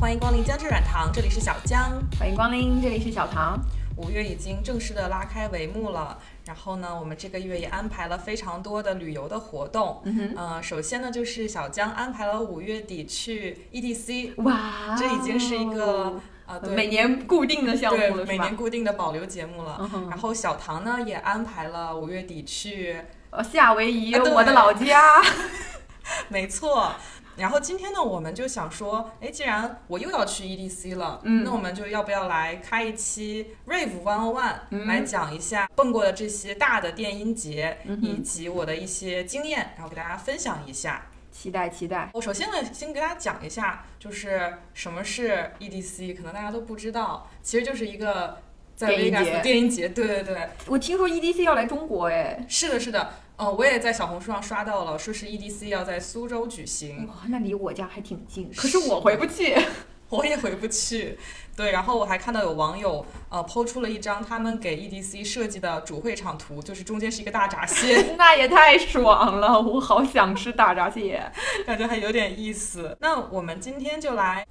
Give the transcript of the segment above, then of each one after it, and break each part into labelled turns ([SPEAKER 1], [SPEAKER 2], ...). [SPEAKER 1] 欢迎光临江之软糖，这里是小江。
[SPEAKER 2] 欢迎光临，这里是小唐。
[SPEAKER 1] 五月已经正式的拉开帷幕了，然后呢，我们这个月也安排了非常多的旅游的活动。
[SPEAKER 2] 嗯哼，
[SPEAKER 1] 呃，首先呢，就是小江安排了五月底去 EDC，
[SPEAKER 2] 哇
[SPEAKER 1] 这已经是一个
[SPEAKER 2] 哦
[SPEAKER 1] 啊、对
[SPEAKER 2] 啊每年固定的项目
[SPEAKER 1] 对
[SPEAKER 2] 了，
[SPEAKER 1] 每
[SPEAKER 2] 是
[SPEAKER 1] 年
[SPEAKER 2] 吧？
[SPEAKER 1] 固定的保留节目了。
[SPEAKER 2] 嗯哼
[SPEAKER 1] 然后小唐呢也安排了五月底去，
[SPEAKER 2] 呃，夏威夷，
[SPEAKER 1] 啊对
[SPEAKER 2] 我的老家。
[SPEAKER 1] 没错。然后今天呢，我们就想说，哎，既然我又要去 EDC 了，
[SPEAKER 2] 嗯
[SPEAKER 1] 那我们就要不要来开一期 Rave One oh One、
[SPEAKER 2] 嗯
[SPEAKER 1] 来讲一下蹦过的这些大的电音节，
[SPEAKER 2] 嗯
[SPEAKER 1] 以
[SPEAKER 2] 哼，
[SPEAKER 1] 及我的一些经验，然后给大家分享一下。
[SPEAKER 2] 期待期待。
[SPEAKER 1] 我首先呢，先给大家讲一下，就是什么是 EDC，可能大家都不知道，其实就是一个在
[SPEAKER 2] 电音
[SPEAKER 1] Vegas
[SPEAKER 2] 节
[SPEAKER 1] 的电音节，对对对，
[SPEAKER 2] 我听说 EDC 要来中国，哎，
[SPEAKER 1] 是的，是的，呃，我也在小红书上刷到了，说是 EDC 要在苏州举行，
[SPEAKER 2] 哇，那离我家还挺近，可是我回不去。
[SPEAKER 1] 我也回不去。对，然后我还看到有网友呃抛出了一张他们给 EDC 设计的主会场图，就是中间是一个大闸蟹，
[SPEAKER 2] 那也太爽了，我好想吃大闸蟹。
[SPEAKER 1] 感觉还有点意思。那我们今天就来。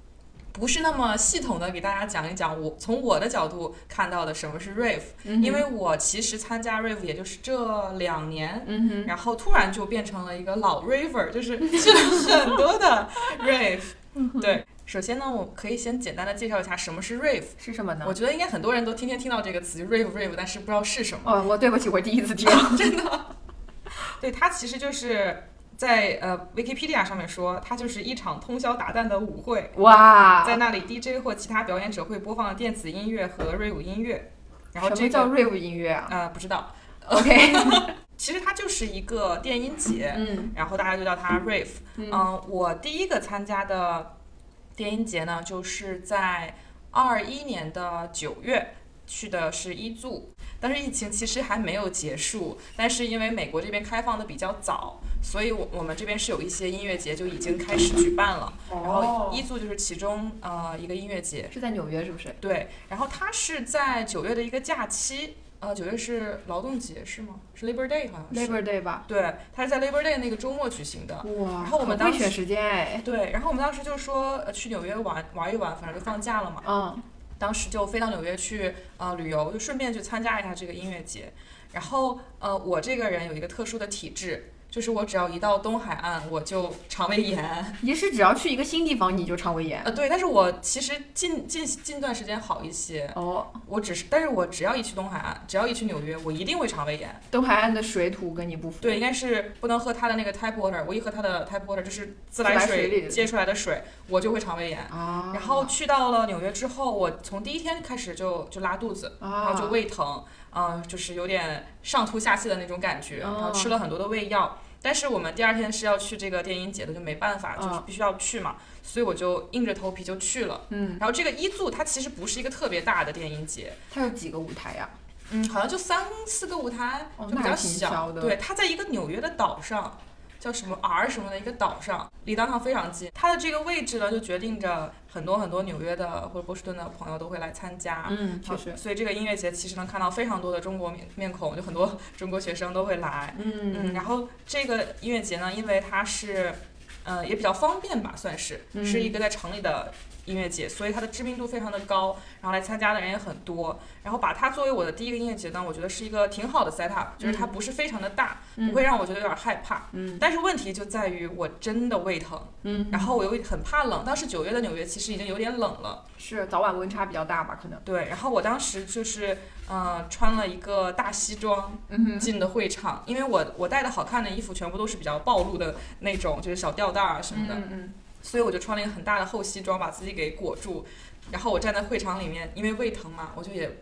[SPEAKER 1] 不是那么系统的给大家讲一讲我从我的角度看到的什么是 rave，、
[SPEAKER 2] 嗯
[SPEAKER 1] 因为我其实参加 rave 也就是这两年，
[SPEAKER 2] 嗯哼，
[SPEAKER 1] 然后突然就变成了一个老 raver，就是 去了很多的 rave。对，
[SPEAKER 2] 嗯
[SPEAKER 1] 首先呢，我可以先简单的介绍一下什么是 rave。
[SPEAKER 2] 是什么呢
[SPEAKER 1] 我？觉得应该很多人都天天听到这个词就 rave rave，但是不知道是什么。
[SPEAKER 2] 哦，我对不起，我第一次听。
[SPEAKER 1] 对，它其实就是在呃 Wikipedia 上面说，它就是一场通宵达旦的舞会，
[SPEAKER 2] 哇，
[SPEAKER 1] 在那里 DJ 或其他表演者会播放电子音乐和 rave 音乐。然后
[SPEAKER 2] 什
[SPEAKER 1] 这
[SPEAKER 2] 么叫
[SPEAKER 1] 个
[SPEAKER 2] rave 音 乐啊
[SPEAKER 1] 呃不知道，
[SPEAKER 2] ？OK，
[SPEAKER 1] 其实它就是一个电音节，
[SPEAKER 2] 嗯
[SPEAKER 1] 然后大家就叫它 rave。嗯、
[SPEAKER 2] 嗯
[SPEAKER 1] 我第一个参加的电音节呢，就是在二一年的九月去的是伊租，但是疫情其实还没有结束，但是因为美国这边开放的比较早，所以我我们这边是有一些音乐节就已经开始举办了，然后伊租就是其中呃一个音乐节，
[SPEAKER 2] 是在纽约是不是？
[SPEAKER 1] 对，然后它是在九月的一个假期。呃，九月是劳动节是吗？是 Labor Day 好像是。
[SPEAKER 2] Labor Day 吧？
[SPEAKER 1] 对，它是在 Labor Day 那个周末举行的。
[SPEAKER 2] 哇，
[SPEAKER 1] 然后我们
[SPEAKER 2] 很
[SPEAKER 1] 当
[SPEAKER 2] 会
[SPEAKER 1] 时
[SPEAKER 2] 选时间哎，
[SPEAKER 1] 对，然后我们当时就说呃去纽约玩玩一玩，反正就放假了嘛。
[SPEAKER 2] 嗯，
[SPEAKER 1] 当时就飞到纽约去呃旅游，就顺便去参加一下这个音乐节。然后呃，我这个人有一个特殊的体质，就是我只要一到东海岸，我就肠胃炎。
[SPEAKER 2] 也是只要去一个新地方你就肠胃炎
[SPEAKER 1] 呃，对，但是我其实近近近段时间好一些，
[SPEAKER 2] 哦。
[SPEAKER 1] 我只是，但是我只要一去东海岸，只要一去纽约，我一定会肠胃炎。
[SPEAKER 2] 东海岸的水土跟你不符，
[SPEAKER 1] 对，应该是不能喝它的那个 tap water，我一喝它的 tap water 就是自来
[SPEAKER 2] 自来水里
[SPEAKER 1] 水
[SPEAKER 2] 的
[SPEAKER 1] 接出来的水，我就会肠胃炎。
[SPEAKER 2] 啊，
[SPEAKER 1] 然后去到了纽约之后，我从第一天开始就就拉肚子，然
[SPEAKER 2] 啊
[SPEAKER 1] 后就胃疼，嗯、就是有点上吐下泻的那种感
[SPEAKER 2] 哦
[SPEAKER 1] 觉，然后吃了很多的胃药。但是我们第二天是要去这个电音节的，就没办法，就是
[SPEAKER 2] 嗯
[SPEAKER 1] 必须要去嘛，所以我就硬着头皮就去了。
[SPEAKER 2] 嗯，
[SPEAKER 1] 然后这个一组它其实不是一个特别大的电音节，
[SPEAKER 2] 它有几个舞台呀？
[SPEAKER 1] 嗯，好像就三四个舞台，
[SPEAKER 2] 哦
[SPEAKER 1] 就比
[SPEAKER 2] 那
[SPEAKER 1] 较
[SPEAKER 2] 还挺
[SPEAKER 1] 小。
[SPEAKER 2] 小的
[SPEAKER 1] 对，它在一个纽约的岛上，叫什么 R 什么的一个岛上，离当趟非常近。它的这个位置呢，就决定着很多很多纽约的或者波士顿的朋友都会来参加。
[SPEAKER 2] 嗯，
[SPEAKER 1] 好，所以这个音乐节其实能看到非常多的中国面面孔，就很多 中国学生都会来。嗯，
[SPEAKER 2] 嗯，
[SPEAKER 1] 然后这个音乐节呢，因为它是，呃，也比较方便吧，算是、
[SPEAKER 2] 嗯
[SPEAKER 1] 是一个在城里的音乐节，所以它的知名度非常的高，然后来参加的人也很多。然后把它作为我的第一个音乐节呢，我觉得是一个挺好的 set up，就是它不是非常的大，不会让我觉得有点害怕。
[SPEAKER 2] 嗯
[SPEAKER 1] 但是问题就在于我真的胃疼，
[SPEAKER 2] 嗯，
[SPEAKER 1] 然后我又很怕冷，当时九月的纽约其实已经有点冷了，
[SPEAKER 2] 是早晚温差比较大吧？可能，
[SPEAKER 1] 对。然后我当时就是，呃，穿了一个大西装，
[SPEAKER 2] 嗯
[SPEAKER 1] 进的会场，因为我我带的好看的衣服全部都是比较暴露的那种，就是小吊带儿啊什么的，
[SPEAKER 2] 嗯
[SPEAKER 1] 所以我就穿了一个很大的厚西装把自己给裹住，然后我站在会场里面，因为胃疼嘛，我就也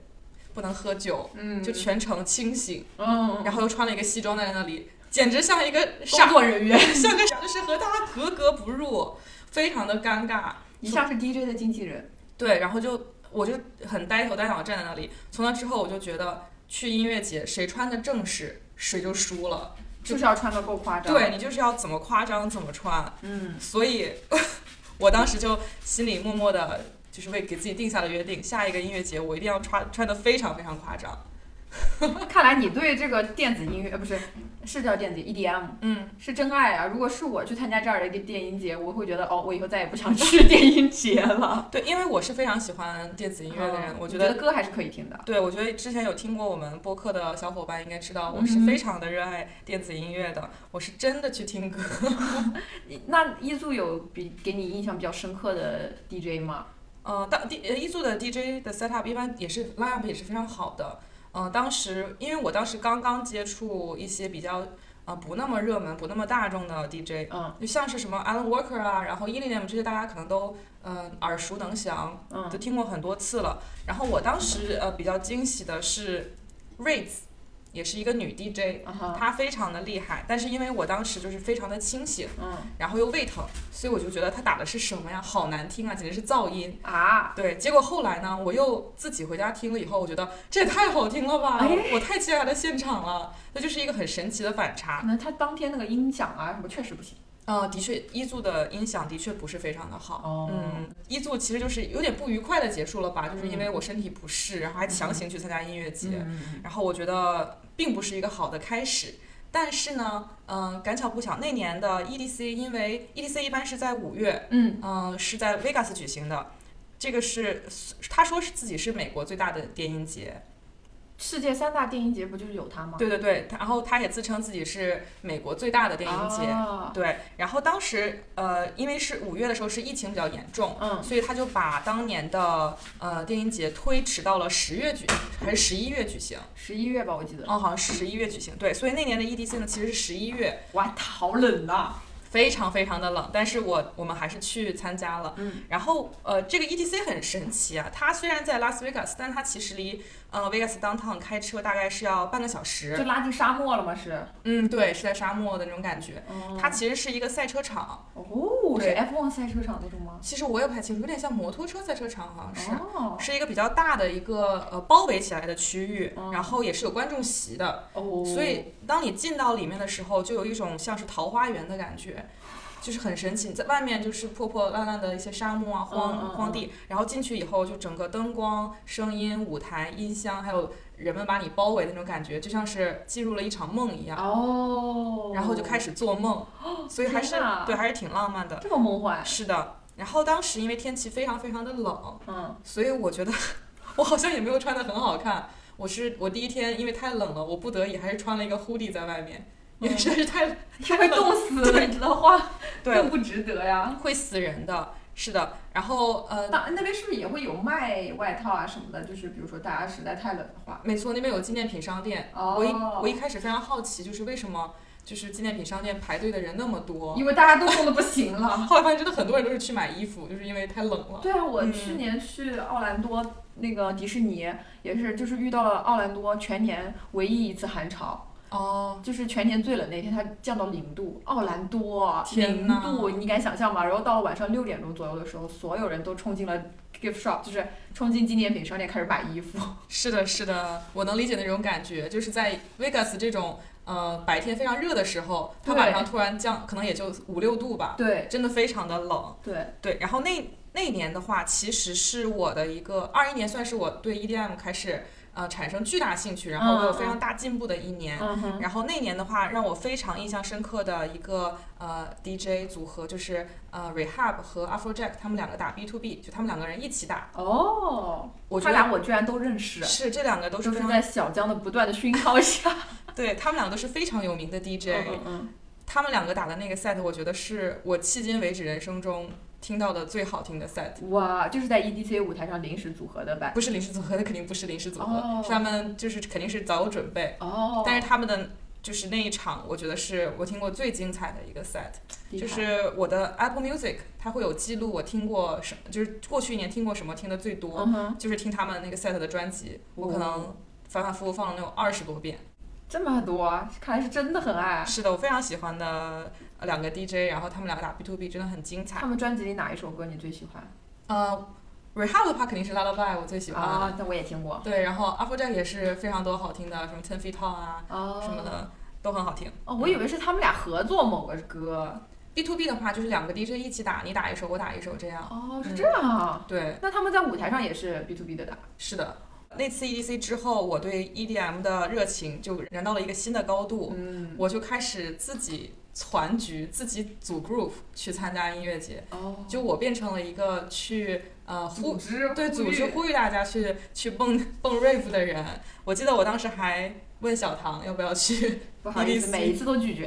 [SPEAKER 1] 不能喝酒，
[SPEAKER 2] 嗯
[SPEAKER 1] 就全程清醒，
[SPEAKER 2] 嗯，
[SPEAKER 1] 然后又穿了一个西装在那里，简直像一个
[SPEAKER 2] 工
[SPEAKER 1] 傻，
[SPEAKER 2] 作人员
[SPEAKER 1] 像个傻，就是和大家格格不入，非常的尴尬。
[SPEAKER 2] 一下是 DJ 的经纪人，
[SPEAKER 1] 对，然后就我就很呆头呆脑地站在那里。从那之后，我就觉得去音乐节谁穿的正式，谁就输了。
[SPEAKER 2] 就是要穿的够夸张，
[SPEAKER 1] 对，你就是要怎么夸张怎么穿，
[SPEAKER 2] 嗯，
[SPEAKER 1] 所以 我当时就心里默默的，就是为给自己定下了约定，下一个音乐节我一定要穿穿的非常非常夸张。
[SPEAKER 3] 看来你对这个电子音乐，呃，不是，是叫电子
[SPEAKER 2] ，E
[SPEAKER 3] EDM，
[SPEAKER 1] 嗯，
[SPEAKER 3] 是真爱啊！如果是我去参加这样的一个电音节，我会觉得哦，我以后再也不想 去电音节了。
[SPEAKER 1] 对，因为我是非常喜欢电子音乐的人，
[SPEAKER 3] 嗯
[SPEAKER 1] 我哦觉
[SPEAKER 3] 觉
[SPEAKER 1] 得
[SPEAKER 3] 歌还是可以听的。
[SPEAKER 1] 对，我觉得之前有听过我们播客的小伙伴应该知道，我是非常的热爱电子音乐的，我是真的去听歌。
[SPEAKER 3] 那一组有比给你印象比较深刻的 DJ 吗？
[SPEAKER 1] 嗯、当 D 呃一组的 DJ 的 set up 一般也是 line up 也是非常好的。嗯、当时因为我当时刚刚接触一些比较呃不那么热门、不那么大众的 DJ，
[SPEAKER 3] 嗯
[SPEAKER 1] 就像是什么 Alan Walker 啊，然后 e l i n 这些大家可能都嗯、呃耳熟能详，
[SPEAKER 3] 嗯
[SPEAKER 1] 都听过很多次了。然后我当时呃比较惊喜的是 Raids，也是一个女 DJ，
[SPEAKER 3] 啊哈，
[SPEAKER 1] 他非常的厉害，但是因为我当时就是非常的清醒，
[SPEAKER 3] 嗯
[SPEAKER 1] 然后又胃疼，所以我就觉得他打的是什么呀？好难听啊，简直是噪音。
[SPEAKER 3] 啊，
[SPEAKER 1] 对，结果后来呢，我又自己回家听了以后，我觉得这也太好听了吧，
[SPEAKER 3] 哎
[SPEAKER 1] 我我太期待他的现场了。这就是一个很神奇的反差
[SPEAKER 3] 可。能他当天那个音响啊什么确实不行。
[SPEAKER 1] 嗯、的确，一组的音响的确不是非常的好。
[SPEAKER 3] 哦
[SPEAKER 1] 嗯，一组其实就是有点不愉快的结束了吧，就是因为我身体不适，然后还强行去参加音乐节。
[SPEAKER 3] 嗯，
[SPEAKER 1] 然后我觉得并不是一个好的开始。但是呢，嗯、赶巧不巧，那年的 EDC，因为 EDC 一般是在五月，
[SPEAKER 3] 嗯
[SPEAKER 1] 嗯、是在 Vegas 举行的。这个是他说是自己是美国最大的电音节，
[SPEAKER 3] 世界三大电音节不就是有他吗？
[SPEAKER 1] 对对对，然后他也自称自己是美国最大的电音节，
[SPEAKER 3] 啊
[SPEAKER 1] 对。然后当时呃，因为是五月的时候是疫情比较严重，
[SPEAKER 3] 嗯
[SPEAKER 1] 所以他就把当年的呃电音节推迟到了十月举还是十一月举行。
[SPEAKER 3] 十一月吧，我记得。
[SPEAKER 1] 哦，好像是十一月举行，对，所以那年的 EDC 呢，其实是十一月，
[SPEAKER 3] 哇，它好冷呐！
[SPEAKER 1] 非常非常的冷，但是我我们还是去参加了。
[SPEAKER 3] 嗯，
[SPEAKER 1] 然后呃，这个 EDC 很神奇啊，它虽然在拉斯维加斯，但它其实离呃 Vegas downtown 开车大概是要半个小
[SPEAKER 3] 就
[SPEAKER 1] 时。
[SPEAKER 3] 拉进沙漠了吗？是。
[SPEAKER 1] 嗯，对，是在沙漠的那种感觉。
[SPEAKER 3] 嗯
[SPEAKER 1] 它其实是一个赛车场，
[SPEAKER 3] 哦，是
[SPEAKER 1] 对
[SPEAKER 3] F1 赛车场那种吗？
[SPEAKER 1] 其实我也不太清楚，有点像摩托车赛车场，好像是。啊
[SPEAKER 3] 哦
[SPEAKER 1] 是一个比较大的一个呃包围起来的区域，
[SPEAKER 3] 哦
[SPEAKER 1] 然后也是有观众席的，
[SPEAKER 3] 哦，
[SPEAKER 1] 啊所以当你进到里面的时候，就有一种像是桃花源的感觉，就是很神奇。在外面就是破破烂烂的一些沙漠啊、
[SPEAKER 3] 嗯嗯
[SPEAKER 1] 荒
[SPEAKER 3] 嗯
[SPEAKER 1] 荒地，然后进去以后，就整个灯光、声音、舞台、音箱，还有人们把你包围的那种感觉，就像是进入了一场梦一样。
[SPEAKER 3] 哦，
[SPEAKER 1] 然后就开
[SPEAKER 3] 始
[SPEAKER 1] 始做梦，所以还是
[SPEAKER 3] 天哪
[SPEAKER 1] 对，还是挺浪漫的。
[SPEAKER 3] 这么梦幻，
[SPEAKER 1] 是的，然后当时因为天气非常非常的冷，
[SPEAKER 3] 嗯
[SPEAKER 1] 所以我觉得 我好像也没有穿的很好看。我是我第一天因为太冷了，我不得已还是穿了一个 hoodie 在外面，因为实在是太、
[SPEAKER 3] 他会冻死，你知道话更
[SPEAKER 1] 对
[SPEAKER 3] 不值得呀。
[SPEAKER 1] 会死人的，是的。然后呃，
[SPEAKER 3] 那那边是不是也会有卖外套啊什么的？就是比如说大家实在太冷的话，
[SPEAKER 1] 没错，那边有纪念品商店。
[SPEAKER 3] 哦，
[SPEAKER 1] 我一我一开始非常好奇，就是为什么就是纪念品商店排队的人那么多。
[SPEAKER 3] 因为大家都冻得不行了。
[SPEAKER 1] 后来发现真的很多人都是去买衣服，就是因为太冷了。
[SPEAKER 3] 对啊，我
[SPEAKER 1] 嗯
[SPEAKER 3] 去年去奥兰多那个迪士尼，也是就是遇到了奥兰多全年唯一一次寒潮，
[SPEAKER 1] 哦，
[SPEAKER 3] 就是全年最冷那天，它降到零度，奥兰多
[SPEAKER 1] 天
[SPEAKER 3] 零
[SPEAKER 1] 呐
[SPEAKER 3] 度，你敢想象吗？然后到了晚上六点钟左右的时候，所有人都冲进了 gift shop，就是冲进纪念品商店开始买衣服。
[SPEAKER 1] 是的，是的，我能理解那种感觉，就是在 Vegas 这种呃白天非常热的时候，它
[SPEAKER 3] 对
[SPEAKER 1] 晚上突然降，可能也就五六度吧，
[SPEAKER 3] 对
[SPEAKER 1] 真的非常的冷。
[SPEAKER 3] 对，
[SPEAKER 1] 对，然后那那一年的话，其实是我的一个二一年，算是我对 EDM 开始呃产生巨大兴趣，然后我有非常大进步的一年。
[SPEAKER 3] 嗯哼，
[SPEAKER 1] 然后那年的话，让我非常印象深刻的一个呃 DJ 组合就是呃 Rehab 和 Afrojack，他们两个打 B to B，就他们两个人一起打。
[SPEAKER 3] 哦，
[SPEAKER 1] 我觉
[SPEAKER 3] 他
[SPEAKER 1] 得
[SPEAKER 3] 俩我居然都认识，
[SPEAKER 1] 是这两个都
[SPEAKER 3] 都
[SPEAKER 1] 是
[SPEAKER 3] 是
[SPEAKER 1] 非常
[SPEAKER 3] 在小江的不断的熏陶下。
[SPEAKER 1] 对他们两个都是非常有名的 DJ，、
[SPEAKER 3] 嗯嗯
[SPEAKER 1] 他们两个打的那个 set，我觉得是我迄今为止人生中听到的最好听的 set。
[SPEAKER 3] 嗯，哇，就是在 EDC 舞台上临时组合的呗。
[SPEAKER 1] 不是临时组合，那肯定不是临时组合，
[SPEAKER 3] 哦
[SPEAKER 1] 是他们就是肯定是早有准备。
[SPEAKER 3] 哦，
[SPEAKER 1] 但是他们的就是那一场，我觉得是我听过最精彩的一个 set，
[SPEAKER 3] 厉
[SPEAKER 1] 就
[SPEAKER 3] 害
[SPEAKER 1] 是我的 Apple Music，它会有记录我听过什，就是过去一年听过什么听的最多，
[SPEAKER 3] 嗯哼，
[SPEAKER 1] 就是听他们那个 set 的专辑，我可
[SPEAKER 3] 哦
[SPEAKER 1] 能反反复复放了能有二十多遍。
[SPEAKER 3] 这么多，看来是真的很爱。
[SPEAKER 1] 是的，我非常喜欢的呃两个 DJ，然后他们两个打 B to B 真的很精彩
[SPEAKER 3] 他。们专辑里哪一首歌你最喜欢？
[SPEAKER 1] 呃，Rehab 的话肯定是 Lullaby，我最喜欢的。
[SPEAKER 3] 啊，那我也听过。
[SPEAKER 1] 对，然后 Afrojack 也是非常多好听的，什么 Ten Feet Tall 啊
[SPEAKER 3] 哦，
[SPEAKER 1] 什么的都很好听。
[SPEAKER 3] 哦，我以为是他们俩合作某个歌。
[SPEAKER 1] B to B 的话就是两个 DJ 一起打，你打一首，我打一首这样。
[SPEAKER 3] 哦
[SPEAKER 1] 嗯
[SPEAKER 3] 是这样啊。
[SPEAKER 1] 对，
[SPEAKER 3] 那他们在舞台上也是 B to B 的打。
[SPEAKER 1] 是的。那次 EDC 之后，我对 EDM 的热情就燃到了一个新的高度，
[SPEAKER 3] 嗯，
[SPEAKER 1] 我就开始自己攒局，自己组 group 去参加音乐节，
[SPEAKER 3] 哦，
[SPEAKER 1] 就我变成了一个去呃呼
[SPEAKER 3] 组织
[SPEAKER 1] 对
[SPEAKER 3] 呼
[SPEAKER 1] 组织
[SPEAKER 3] 吁
[SPEAKER 1] 呼吁大家去去蹦蹦 rave 的人。我记得我当时还问小唐要不要去，
[SPEAKER 3] 不好意思，
[SPEAKER 1] EDC
[SPEAKER 3] 每一次都拒绝，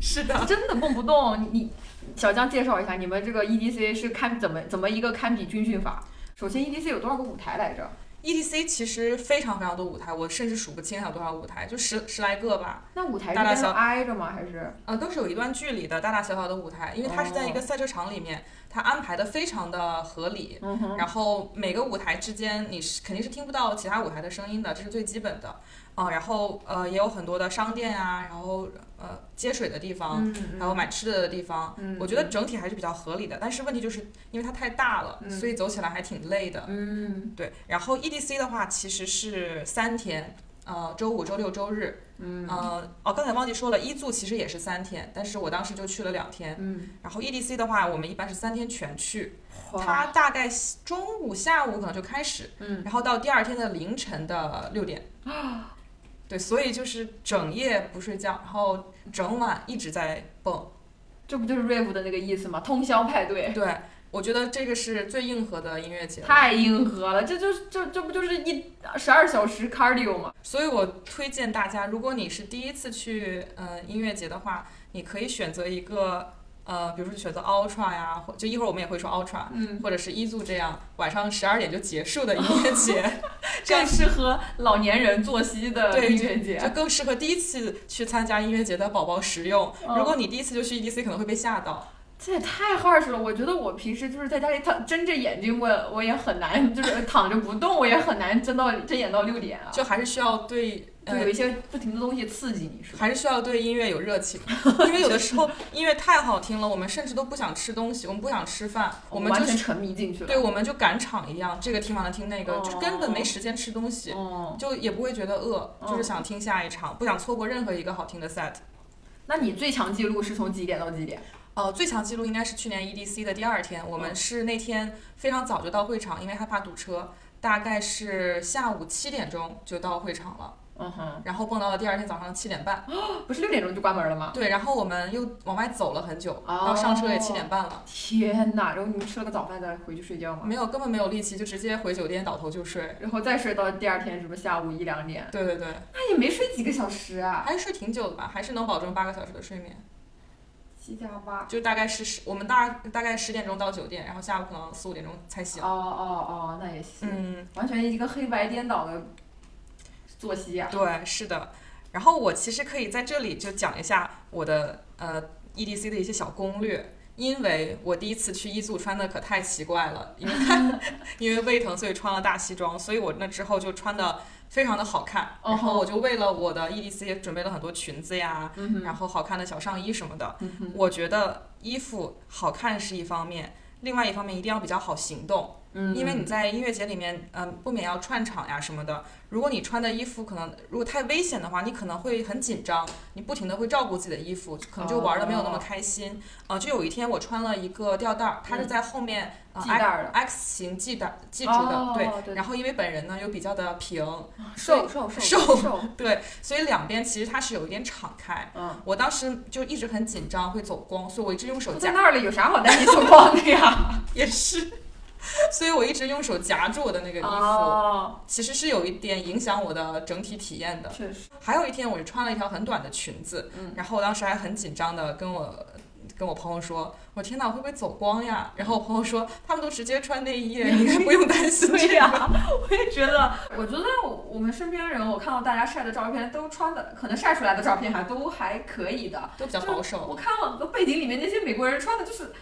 [SPEAKER 1] 是的，
[SPEAKER 3] 真的蹦不动。你你小江介绍一下，你们这个 EDC 是堪怎么怎么一个堪比军训法？首先，EDC 有多少个舞台来着？
[SPEAKER 1] EDC ，E 其实非常非常多舞台，我甚至数不清有多少舞台，就十十来个吧，
[SPEAKER 3] 那舞台
[SPEAKER 1] 大大
[SPEAKER 3] 之间
[SPEAKER 1] 小
[SPEAKER 3] 是挨着吗？还是
[SPEAKER 1] 呃，都是有一段距离的，大大小小的舞台，因为它是在一
[SPEAKER 3] 哦
[SPEAKER 1] 个赛车场里面，它安排的非常的合理。
[SPEAKER 3] 嗯哼，
[SPEAKER 1] 然后每个舞台之间，你是肯定是听不到其他舞台的声音的，这是最基本的啊、然后呃，也有很多的商店啊，然后呃接水的地方，
[SPEAKER 3] 嗯，
[SPEAKER 1] 还有买吃的的地方，
[SPEAKER 3] 嗯，
[SPEAKER 1] 我觉得整体还是比较合理的，但是问题就是因为它太大了，
[SPEAKER 3] 嗯
[SPEAKER 1] 所以走起来还挺累的。
[SPEAKER 3] 嗯
[SPEAKER 1] 对，然后 EDC 的话其实是三天，呃，周五、周六、周日，
[SPEAKER 3] 嗯
[SPEAKER 1] 呃，哦，刚才忘记说了，一组其实也是三天，但是我当时就去了两天。
[SPEAKER 3] 嗯，
[SPEAKER 1] 然后 EDC 的话，我们一般是三天全去，
[SPEAKER 3] 哇
[SPEAKER 1] 它大概中午、下午可能就开始，
[SPEAKER 3] 嗯啊
[SPEAKER 1] 然后到第二天的凌晨的六点。对，所以就是整夜不睡觉，然后整晚一直在蹦。
[SPEAKER 3] 这不就是 rave 的那个意思吗？通宵 派对，
[SPEAKER 1] 对，我觉得这个是最硬核的音乐节了，
[SPEAKER 3] 太硬核了，这就是这这不就是一十二小时 cardio 吗？
[SPEAKER 1] 所以我推荐大家，如果你是第一次去呃音乐节的话，你可以选择一个呃，比如说选择 Ultra 呀，或就一会儿我们也会说 Ultra，
[SPEAKER 3] 嗯，
[SPEAKER 1] 或者是一组这样晚上十二点就结束的音乐节，这
[SPEAKER 3] 更
[SPEAKER 1] 样
[SPEAKER 3] 适合老年人作息的
[SPEAKER 1] 对
[SPEAKER 3] 音乐节
[SPEAKER 1] 就。更适合第一次去参加音乐节的宝宝食用。
[SPEAKER 3] 嗯
[SPEAKER 1] 如果你第一次就去 EDC，可能会被吓到。
[SPEAKER 3] 这也太 harsh 了！我觉得我平时就是在家里躺睁着眼睛，我我也很难，就是躺着不动，我也很难睁到睁眼到六点啊。
[SPEAKER 1] 就还是需要对
[SPEAKER 3] 就
[SPEAKER 1] 呃
[SPEAKER 3] 有一些不停的东西刺激你，是吧？
[SPEAKER 1] 还是需要对音乐有热情，因为有的时候音乐太好听了，我们甚至都不想吃东西，我们不想吃饭，我们
[SPEAKER 3] 完
[SPEAKER 1] 就
[SPEAKER 3] 全
[SPEAKER 1] 是
[SPEAKER 3] 沉迷进去了。
[SPEAKER 1] 对，我们就赶场一样，这个听完了听那个，
[SPEAKER 3] 哦
[SPEAKER 1] 就是根本没时间吃东西，
[SPEAKER 3] 哦，
[SPEAKER 1] 就也不会觉得饿，
[SPEAKER 3] 嗯
[SPEAKER 1] 就是想听下一场，不想错过任何一个好听的 set。
[SPEAKER 3] 那你最强记录是从几点到几点？
[SPEAKER 1] 呃，最强记录应该是去年 EDC 的第二天，我
[SPEAKER 3] 嗯
[SPEAKER 1] 们是那天非常早就到会场，因为害怕堵车，大概是下午七点钟就到会场了，
[SPEAKER 3] 嗯哼，
[SPEAKER 1] 然后蹦到了第二天早上七点半。
[SPEAKER 3] 不是六点钟就关门了吗？
[SPEAKER 1] 对，然后我们又往外走了很久，
[SPEAKER 3] 哦
[SPEAKER 1] 到上车也七点半了。
[SPEAKER 3] 天哪！然后你们吃了个早饭再回去睡觉吗？
[SPEAKER 1] 没有，根本没有力气，就直接回酒店倒头就睡。
[SPEAKER 3] 然后再睡到第二天什么下午一两点，
[SPEAKER 1] 对对对，
[SPEAKER 3] 那也没睡几个小时啊。
[SPEAKER 1] 还是睡挺久的吧，还是能保证八个小时的睡眠，
[SPEAKER 3] 七加八。
[SPEAKER 1] 就大概是十，我们大大概十点钟到酒店，然后下午可能四五点钟才
[SPEAKER 3] 哦
[SPEAKER 1] 醒。
[SPEAKER 3] 哦哦，那也行，
[SPEAKER 1] 嗯，
[SPEAKER 3] 完全一个黑白颠倒的作息啊呀、
[SPEAKER 1] 对，是的。然后我其实可以在这里就讲一下我的呃 EDC 的一些小攻略，因为我第一次去一组穿的可太奇怪了， 因为因为胃疼，所以穿了大西装，所以我那之后就穿的非常的好看。然
[SPEAKER 3] 哦吼
[SPEAKER 1] 后我就为了我的 EDC 也准备了很多裙子呀，
[SPEAKER 3] 嗯哼
[SPEAKER 1] 然后好看的小上衣什么的。
[SPEAKER 3] 嗯哼
[SPEAKER 1] 我觉得衣服好看是一方面，另外一方面一定要比较好行动，
[SPEAKER 3] 嗯，
[SPEAKER 1] 因为你在音乐节里面，嗯、不免要串场呀什么的。如果你穿的衣服可能如果太危险的话，你可能会很紧张，你不停的会照顾自己的衣服，可能就玩的没有
[SPEAKER 3] 哦
[SPEAKER 1] 那么开心。啊、就有一天我穿了一个吊带儿，它是在后面、呃
[SPEAKER 3] 嗯系带
[SPEAKER 1] X
[SPEAKER 3] 儿的
[SPEAKER 1] X 型系带系住的，
[SPEAKER 3] 哦
[SPEAKER 1] 对。
[SPEAKER 3] 对
[SPEAKER 1] 然后因为本人呢又比较的平，
[SPEAKER 3] 瘦瘦瘦
[SPEAKER 1] 瘦
[SPEAKER 3] 瘦，
[SPEAKER 1] 对，所以两边其实它是有一点敞开。
[SPEAKER 3] 嗯，
[SPEAKER 1] 我当时就一直很紧张，会走光，所以我一直用手
[SPEAKER 3] 都
[SPEAKER 1] 夹
[SPEAKER 3] 在那儿了，有啥好担心走光的 呀？
[SPEAKER 1] 也是， 所以我一直用手夹住我的那个衣服，
[SPEAKER 3] 哦，
[SPEAKER 1] 其实是有一点影响我的整体体验的。
[SPEAKER 3] 确实，
[SPEAKER 1] 还有一天，我是穿了一条很短的裙子，
[SPEAKER 3] 嗯
[SPEAKER 1] 然后我当时还很紧张的跟我。跟我朋友说，我天哪，我会不会走光呀？然后我朋友说，他们都直接穿内衣， 你应该不用担心这
[SPEAKER 3] 对
[SPEAKER 1] 个。
[SPEAKER 3] 呀、我也觉得，我觉得我们身边人，我看到大家晒的照片都穿的，可能晒出来的照片还都还可以的。
[SPEAKER 1] 都比较保守，
[SPEAKER 3] 我看到背景里面那些美国人穿的，就是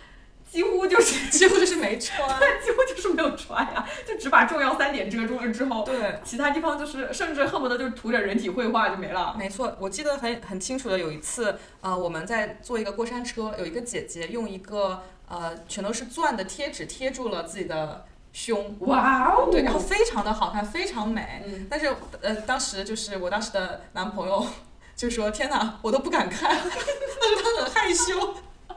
[SPEAKER 3] 几乎就 是
[SPEAKER 1] 几乎就是没穿。
[SPEAKER 3] 几乎就是没有穿呀、就只把重要三点遮住了之 后，
[SPEAKER 1] 对，
[SPEAKER 3] 其他地方就是甚至恨不得就是涂点人体绘画就没了。
[SPEAKER 1] 没错，我记得很很清楚的，有一次，呃，我们在坐一个过山车，有一个姐姐用一个呃全都是钻的贴纸贴住了自己的胸，
[SPEAKER 3] 哇哦！
[SPEAKER 1] 对，然后非常的好看，非常美。
[SPEAKER 3] 嗯，
[SPEAKER 1] 但是呃，当时就是我当时的男朋友就说：“天哪，我都不敢看。” 他说他很害羞。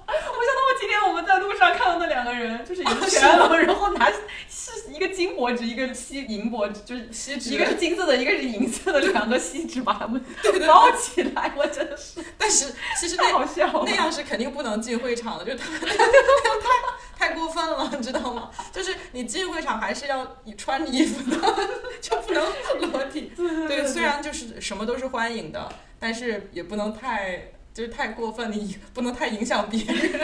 [SPEAKER 3] 哦我想到我今天我们在路上看到那两个人，就是一个
[SPEAKER 1] 啊
[SPEAKER 3] 全裸，然后拿是一个金箔纸，一个是锡银箔纸，就是
[SPEAKER 1] 锡
[SPEAKER 3] 一个
[SPEAKER 1] 纸，
[SPEAKER 3] 是金色的，一个是银色的，两个锡纸把它 们包起来，我真的是
[SPEAKER 1] 但是其实
[SPEAKER 3] 太
[SPEAKER 1] 那
[SPEAKER 3] 好笑了
[SPEAKER 1] 那。样是肯定不能进会场的，就是他太太过分了，你知道吗？就是你进会场还是要你穿着衣服的， 就不能裸体。对，虽然就是什么都是欢迎的，但是也不能太就是太过分，你不能太影响别人。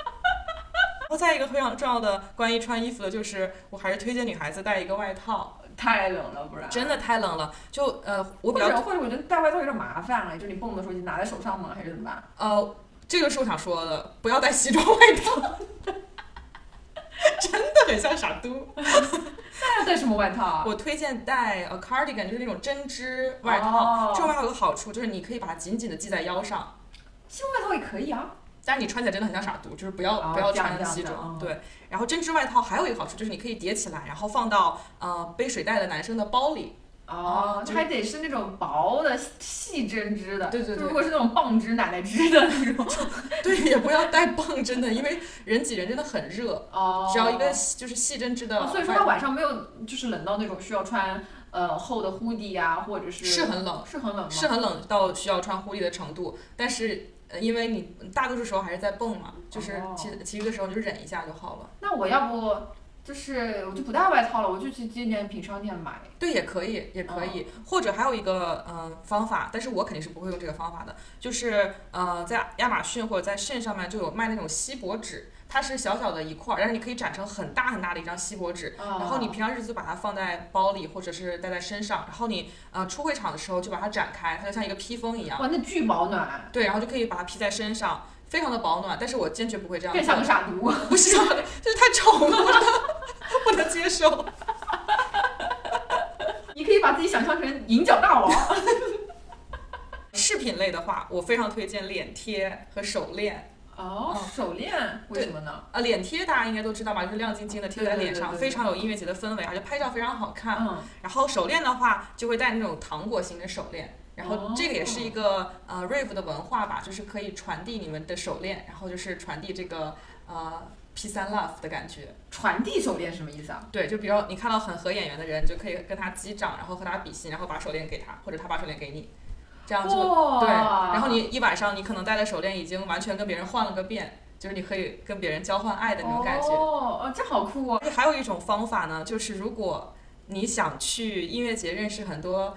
[SPEAKER 1] 然后再一个非常重要的关于穿衣服的，就是我还是推荐女孩子带一个外套，
[SPEAKER 3] 太冷了，不然
[SPEAKER 1] 真的太冷了。就呃，我
[SPEAKER 3] 或
[SPEAKER 1] 比较
[SPEAKER 3] 者或者我觉得带外套有点麻烦了，就是你蹦的时候你拿在手上吗？还是怎么办？
[SPEAKER 1] 呃，这个是我想说的，不要带西装外套， 真的很像傻都。
[SPEAKER 3] 那要带什么外套啊？
[SPEAKER 1] 我推荐带呃 cardigan，就是那种针织外套。
[SPEAKER 3] 哦
[SPEAKER 1] 这种外套有个好处就是你可以把它紧紧的系在腰上，
[SPEAKER 3] 西装外套也可以啊。
[SPEAKER 1] 但是你穿起来真的很像傻都，就是不要、
[SPEAKER 3] 哦
[SPEAKER 1] 不要
[SPEAKER 3] 这样
[SPEAKER 1] 穿
[SPEAKER 3] 这样
[SPEAKER 1] 西
[SPEAKER 3] 这样
[SPEAKER 1] 装。
[SPEAKER 3] 哦
[SPEAKER 1] 对，然后针织外套还有一个好处就是你可以叠起来，然后放到呃背水袋的男生的包里。
[SPEAKER 3] 哦，
[SPEAKER 1] 就
[SPEAKER 3] 它还得是那种薄的细针织的，
[SPEAKER 1] 对对对
[SPEAKER 3] 如果是那种棒织奶奶织的那种，
[SPEAKER 1] 对，也不要带棒，真的，因为人挤人真的很热。
[SPEAKER 3] 哦，
[SPEAKER 1] 只要一个细就是细针织的外
[SPEAKER 3] 哦，
[SPEAKER 1] 套，
[SPEAKER 3] 所以说它晚上没有就是冷到那种需要穿呃厚的 hoodie 啊，或者是
[SPEAKER 1] 是很冷。
[SPEAKER 3] 是很冷吗？
[SPEAKER 1] 是很冷到需要穿护笠的程度，但是呃因为你大多数时候还是在蹦嘛，就是
[SPEAKER 3] 哦
[SPEAKER 1] 其其余的时候你就忍一下就好了。
[SPEAKER 3] 那我要不就是我就不带外套了，我就去纪念品商店买。
[SPEAKER 1] 对，也可以，也可以，或者还有一个嗯、呃方法，但是我肯定是不会用这个方法的，就是呃在亚马逊或者在 Shein 上面就有卖那种锡箔纸，它是小小的一块儿，但是你可以展成很大很大的一张锡箔纸，然
[SPEAKER 3] 然
[SPEAKER 1] 后你平常日就把它放在包里或者是带在身上，然后你呃出会场的时候就把它展开，它就像一个披风一样。
[SPEAKER 3] 哇，那巨保暖，
[SPEAKER 1] 对，然后就可以把它披在身上，非常的保暖。但是我坚决不会这样
[SPEAKER 3] 更
[SPEAKER 1] 做
[SPEAKER 3] 像个，傻毒。
[SPEAKER 1] 不是这样的，就是太丑了，我 不能不能接受。
[SPEAKER 3] 你可以把自己想象成银角 大王。嗯
[SPEAKER 1] 饰品类的话，我非常推荐脸贴和手链。
[SPEAKER 3] 哦
[SPEAKER 1] 嗯
[SPEAKER 3] 手链为什么呢？
[SPEAKER 1] 啊，脸贴大家应该都知道吧，就是亮晶晶的贴在
[SPEAKER 3] 对对
[SPEAKER 1] 脸
[SPEAKER 3] 对
[SPEAKER 1] 上，
[SPEAKER 3] 对
[SPEAKER 1] 非
[SPEAKER 3] 对
[SPEAKER 1] 常有音乐节的氛围，而且拍照非常好看。
[SPEAKER 3] 嗯，
[SPEAKER 1] 然后手链的话，就会戴那种糖果型的手链。然后这个也是一个、
[SPEAKER 3] 哦
[SPEAKER 1] 呃 rave 的文化吧，就是可以传递你们的手链，然后就是传递这个呃 peace and love 的感觉。
[SPEAKER 3] 传递手链什么意思啊？
[SPEAKER 1] 对，就比如你看到很合眼缘的人，就可以跟他击掌，然后和他比心，然后把手链给他，或者他把手链给你，这样就
[SPEAKER 3] 哇
[SPEAKER 1] 对。然后
[SPEAKER 3] 啊
[SPEAKER 1] 你一晚上，你可能戴的手链已经完全跟别人换了个遍，就是你可以跟别人交换爱的那种感觉。
[SPEAKER 3] 哦，哦这好酷哦。
[SPEAKER 1] 还有一种方法呢，就是如果你想去音乐节认识很多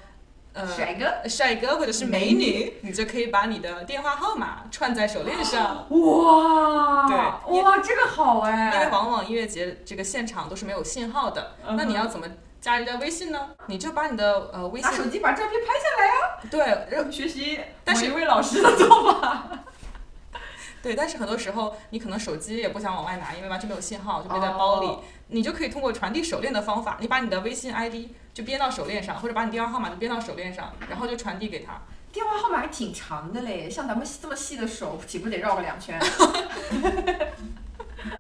[SPEAKER 1] 呃
[SPEAKER 3] 甩哥，
[SPEAKER 1] 帅哥或者是美女，你就可以把你的电话号码串在手链上。
[SPEAKER 3] 哦哇，
[SPEAKER 1] 对
[SPEAKER 3] 哇，这个好哎。
[SPEAKER 1] 因为往往音乐节这个现场都是没有信号的，
[SPEAKER 3] 嗯哼
[SPEAKER 1] 那你要怎么加人家微信呢？你就把你的呃微
[SPEAKER 3] 拿手
[SPEAKER 1] 信
[SPEAKER 3] 机把照片拍下来，
[SPEAKER 1] 对然后
[SPEAKER 3] 学习
[SPEAKER 1] 但是
[SPEAKER 3] 某一位老师的做法。
[SPEAKER 1] 对，但是很多时候你可能手机也不想往外拿，因为完全没有信号，就背在包里。
[SPEAKER 3] 哦
[SPEAKER 1] 你就可以通过传递手链的方法，你把你的微信 ID 就编到手链上，或者把你电话号码就编到手链上，然后就传递给他。
[SPEAKER 3] 电话号码还挺长的嘞，像咱们这么细的手，岂不得绕个两 圈？